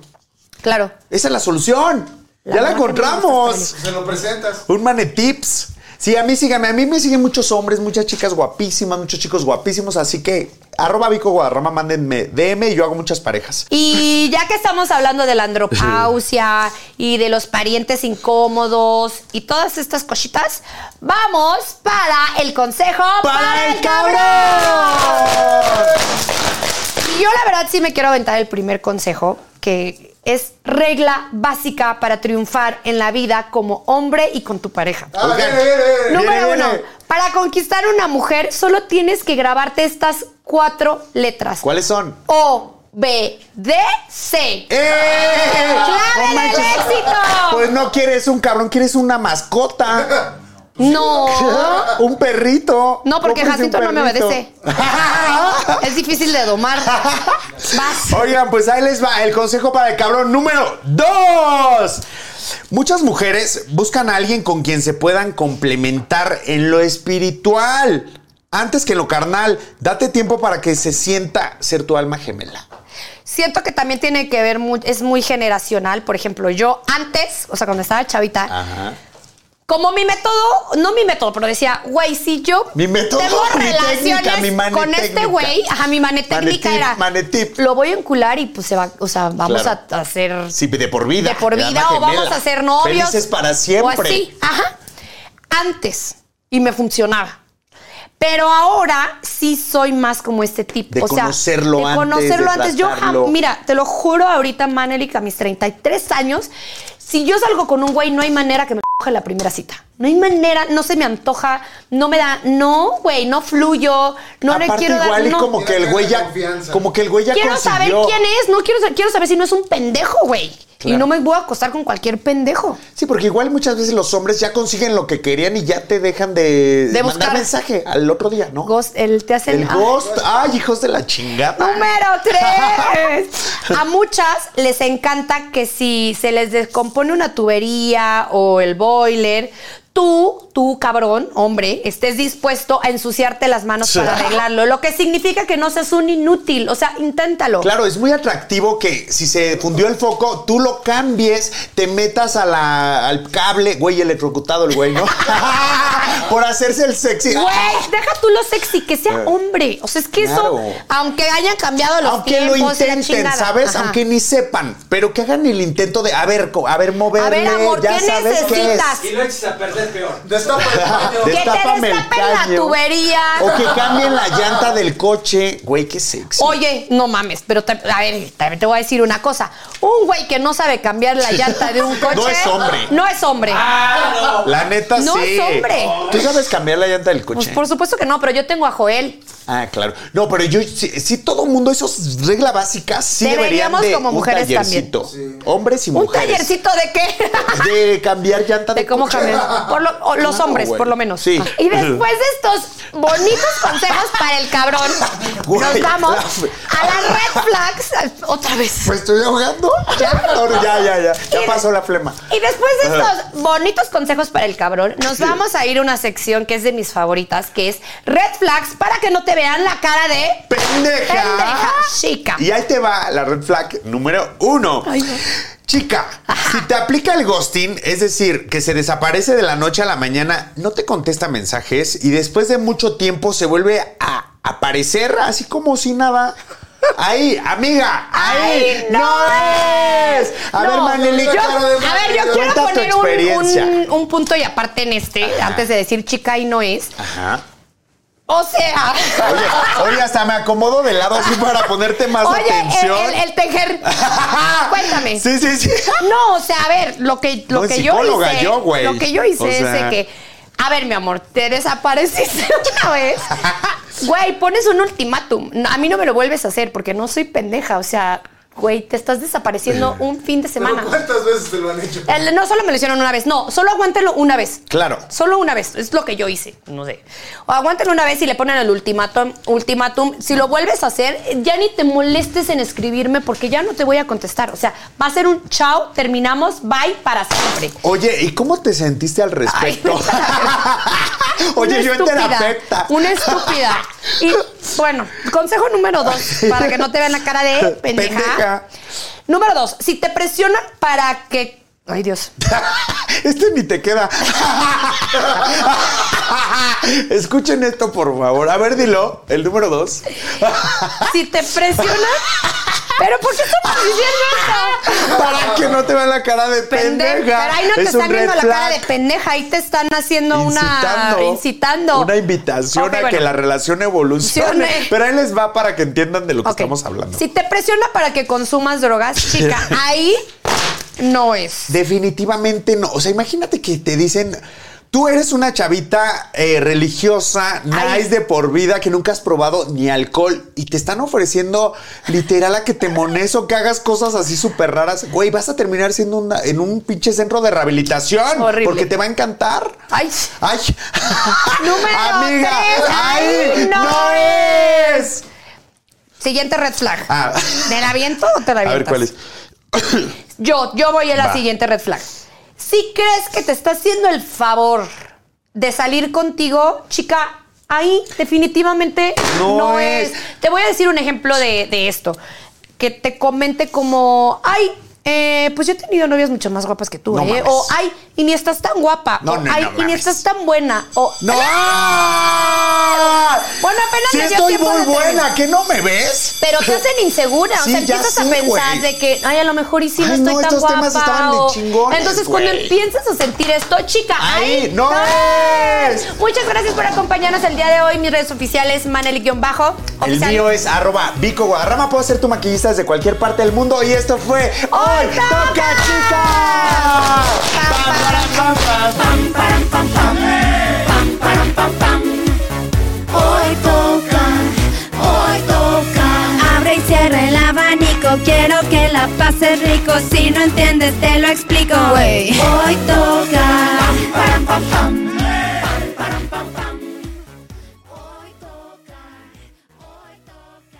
A: Claro.
B: Esa es la solución.
A: La
B: ya la
A: verdad que me gusta
B: encontramos.
E: Se lo presentas.
B: Un manetips. Sí, a mí síganme. A mí me siguen muchos hombres, muchas chicas guapísimas, muchos chicos guapísimos. Así que arroba Vico Guadarrama, mándenme DM y yo hago muchas parejas.
A: Y ya que estamos hablando de la andropausia y de los parientes incómodos y todas estas cositas, vamos para el consejo
B: ¡Para, el cabrón!
A: Y yo la verdad sí me quiero aventar el primer consejo, que es regla básica para triunfar en la vida como hombre y con tu pareja.
E: Ah,
B: Oigan.
E: viene, viene, viene.
A: Número
B: viene.
A: uno, para conquistar una mujer solo tienes que grabarte estas cuatro letras.
B: ¿Cuáles son?
A: O, B, D, C.
B: ¡Eh!
A: ¡Clave
B: No manches.
A: del éxito!
B: Pues no quieres un cabrón, quieres una mascota.
A: no.
B: Un perrito.
A: No, porque
B: Cómprese un
A: Jacinto no me
B: perrito.
A: obedece. es difícil de domar. Vas.
B: Oigan, pues ahí les va el consejo para el cabrón número 2. Muchas mujeres buscan a alguien con quien se puedan complementar en lo espiritual. Antes que en lo carnal, date tiempo para que se sienta ser tu alma gemela.
A: Siento que también tiene que ver, mu- es muy generacional. Por ejemplo, yo antes, o sea, cuando estaba chavita,
B: Ajá.
A: como mi método, no mi método, pero decía, güey, si yo
B: Mi método,
A: tengo
B: mi
A: relaciones
B: técnica, mi
A: con
B: manetécnica.
A: este güey, ajá, mi manetécnica
B: Manetip,
A: era,
B: manetip.
A: lo voy a encular y pues se va, o sea, vamos
B: Claro.
A: a, a hacer
B: Sí, de por vida.
A: De por
B: el
A: vida
B: alma
A: o vamos
B: gemela.
A: a ser novios.
B: Felices para
A: O
B: siempre.
A: así, ajá. Antes. Y me funcionaba. Pero ahora sí soy más como este tipo.
B: De
A: o sea,
B: conocerlo
A: de
B: antes,
A: conocerlo
B: de
A: antes. Yo, jam-
B: tratarlo.
A: mira, te lo juro ahorita, Manelik, a mis 33 años, si yo salgo con un güey, no hay manera que me coja la primera cita. No hay manera, no se me antoja, no me da, no, güey, no fluyo, no le
B: Aparte,
A: quiero dar.
B: igual y
A: no.
B: como que el güey ya,
E: Confianza.
B: como que el güey ya
A: Quiero saber
B: consiguió.
A: quién es, no quiero, sa- quiero saber si no es un pendejo, güey. Y
B: Claro.
A: no me voy a acostar con cualquier pendejo.
B: Sí, porque igual muchas veces los hombres ya consiguen lo que querían y ya te dejan de,
A: De
B: mandar
A: buscar.
B: mensaje al otro día, ¿no?
A: Ghost, el te hacen.
B: El ghost. Ay, hijos de la chingada.
A: Ay. Número tres. A muchas les encanta que si se les descompone una tubería o el boiler, tú, tú, cabrón, hombre, estés dispuesto a ensuciarte las manos
B: Sí.
A: para arreglarlo. Lo que significa que no seas un inútil. O sea, inténtalo.
B: Claro, es muy atractivo que si se fundió el foco, tú lo cambies, te metas a la- al cable, güey, electrocutado el güey, ¿no? Por hacerse el sexy.
A: Güey, deja tú lo sexy, que sea hombre. O sea, es que
B: Eh, Claro.
A: eso, aunque hayan cambiado los
B: Aunque lo
A: tiempos, la
B: intenten,
A: chingada.
B: ¿sabes?
A: Ajá.
B: Aunque ni sepan, pero que hagan el intento de, a ver, co- a ver, moverle,
A: A ver, amor,
B: ya
A: ¿qué
B: sabes qué es.
A: necesitas?
F: Y lo eches a perder peor.
E: Destapa el
B: Que
E: baño.
A: te
B: Destápame el
A: destapen la
B: caño.
A: tubería.
B: O que cambien la llanta del coche. Güey, qué sexy.
A: Oye, no mames, pero te, a ver, te, te voy a decir una cosa. Un güey que no sabe cambiar la llanta de un coche.
B: No es hombre.
A: No es hombre.
F: Ah,
B: La neta
A: No
B: sí.
A: es hombre.
B: ¿Tú sabes cambiar la llanta del
A: Pues
B: coche?
A: por supuesto que no, pero yo tengo a Joel.
B: Ah, claro. No, pero yo sí, sí, todo mundo esas regla básica sí
A: Deberíamos
B: deberían de
A: como
B: un
A: mujeres
B: tallercito. Hombres y
A: ¿Un
B: mujeres.
A: tallercito de qué?
B: de cambiar llanta de,
A: de cómo
B: coche.
A: cambiar. Por lo- o los
B: Claro,
A: hombres,
B: güey.
A: por lo menos. Ah.
B: Sí.
A: Y después de estos bonitos consejos para el cabrón,
B: Güey,
A: nos vamos
B: la-
A: a las red flags otra vez.
B: ¿Me estoy ahogando?
A: Ya.
B: Ahora, ya, ya, ya.
A: Y-
B: Ya pasó la flema.
A: Y después de estos bonitos consejos para el cabrón, nos vamos a ir a una sección que es de mis favoritas, que es red flags para que no te vean la cara de
B: ¡Pendeja!
A: pendeja chica.
B: Y ahí te va la red flag número uno. Chica, si te aplica el ghosting, es decir, que se desaparece de la noche a la mañana, no te contesta mensajes y después de mucho tiempo se vuelve a aparecer así como si nada. Ahí, amiga,
A: ¡Ay,
B: ahí
A: no
B: es. A
A: No,
B: ver, Maneli,
A: yo-
B: claro, de-
A: a ver, yo quiero
B: cuenta tu
A: poner un-
B: experiencia.
A: un, un punto y aparte en este, antes de decir chica y no es.
B: Ajá.
A: O sea.
B: Oye, oye, hasta me acomodo de lado así para ponerte más
A: Oye, el-
B: atención.
A: el, el tejer. Cuéntame.
B: Sí, sí, sí.
A: No, o sea, a ver, lo que, lo
B: No,
A: que yo
B: psicóloga,
A: hice.
B: yo, güey.
A: lo que yo hice
B: O
A: es de
B: sea.
A: que. A ver, mi amor, te desapareciste una vez. Güey, pones un ultimátum. No, a mí no me lo vuelves a hacer porque no soy pendeja. O sea, güey, te estás desapareciendo un fin de semana.
E: Pero ¿Cuántas veces te lo han hecho?
A: El- no solo me lo hicieron una vez, no, solo aguántelo una vez.
B: Claro.
A: Solo una vez, es lo que yo hice, no sé. O aguántelo una vez y le ponen el ultimátum, ultimátum. Si lo vuelves a hacer, ya ni te molestes en escribirme porque ya no te voy a contestar. O sea, va a ser un chao, terminamos, bye para siempre.
B: Oye, ¿y cómo te sentiste al respecto?
A: Una
B: Oye, yo en
A: estúpida,
B: terapeuta.
A: Una estúpida. Y bueno, consejo número dos, para que no te vean la cara de Eh, pendeja.
B: Pendeja.
A: Número dos, si te presionan para que. Ay, Dios.
B: Este ni te queda. Escuchen esto, por favor. A ver, dilo. El número dos.
A: Si te presionan. ¿Pero por qué estamos diciendo esto?
B: Para que no te vean la cara de
A: Pendeja.
B: pendeja.
A: Pero ahí no te
B: Es un
A: están viendo
B: red
A: la cara de
B: flag.
A: pendeja, ahí te están haciendo una. Incitando.
B: Una invitación
A: Ok,
B: a
A: bueno.
B: que la relación evolucione.
A: Funcione.
B: Pero ahí les va para que entiendan de lo que
A: Ok.
B: estamos hablando.
A: Si te presiona para que consumas drogas, chica, ahí no es.
B: Definitivamente no. O sea, imagínate que te dicen. Tú eres una chavita eh, religiosa, nice
A: Ay.
B: de por vida, que nunca has probado ni alcohol y te están ofreciendo literal a que te mones o que hagas cosas así súper raras. Güey, vas a terminar siendo una- en un pinche centro de rehabilitación.
A: Horrible.
B: Porque te va a encantar.
A: Ay.
B: ¡Ay!
A: Número
B: ¡Amiga!
A: tres. Ay,
B: ¡Ay!
A: no.
B: ¡No, es!
A: Siguiente red flag.
B: Ah.
A: ¿Te la aviento o te la
B: A
A: avientas?
B: ver, ¿cuál es?
A: Yo, yo voy a la
B: Va.
A: siguiente red flag. Si crees que te está haciendo el favor de salir contigo, chica, ahí definitivamente no,
B: No
A: es.
B: es.
A: Te voy a decir un ejemplo de, de esto. Que te comente como, ay, eh, pues yo he tenido novias mucho más guapas que tú,
B: No
A: ¿eh?
B: mames.
A: O, ay, y ni estás tan guapa.
B: No,
A: o,
B: no,
A: ay,
B: no
A: y ni
B: mames.
A: estás tan buena. O,
B: ¡No!
A: Bueno, apenas
B: Si
A: me dio
B: estoy
A: tiempo
B: muy
A: de
B: buena, ¿que no me ves?
A: Pero te hacen insegura, o
B: Sí,
A: sea,
B: ya
A: empiezas a
B: sé,
A: pensar
B: güey.
A: de que, ay, a lo mejor y sí no
B: Ay,
A: estoy
B: no,
A: tan
B: estos
A: guapa.
B: temas estaban de
A: o-
B: chingones,
A: Entonces,
B: güey.
A: cuando empiezas a sentir esto, chica,
B: ¡Ay,
A: ay,
B: no es!
A: Muchas gracias por acompañarnos el día de hoy. Mis redes oficiales, Maneli-bajo.
B: El
A: oficial.
B: mío es arroba Vico Guadarrama. Puedo ser tu maquillista desde cualquier parte del mundo. Y esto fue Hoy Toca Chica. Pam, pam, pam, pam.
D: Hoy toca, hoy toca. Abre y cierra el abanico, quiero que la pases rico. Si no entiendes, te lo explico. Hoy toca. Hoy toca, hoy toca.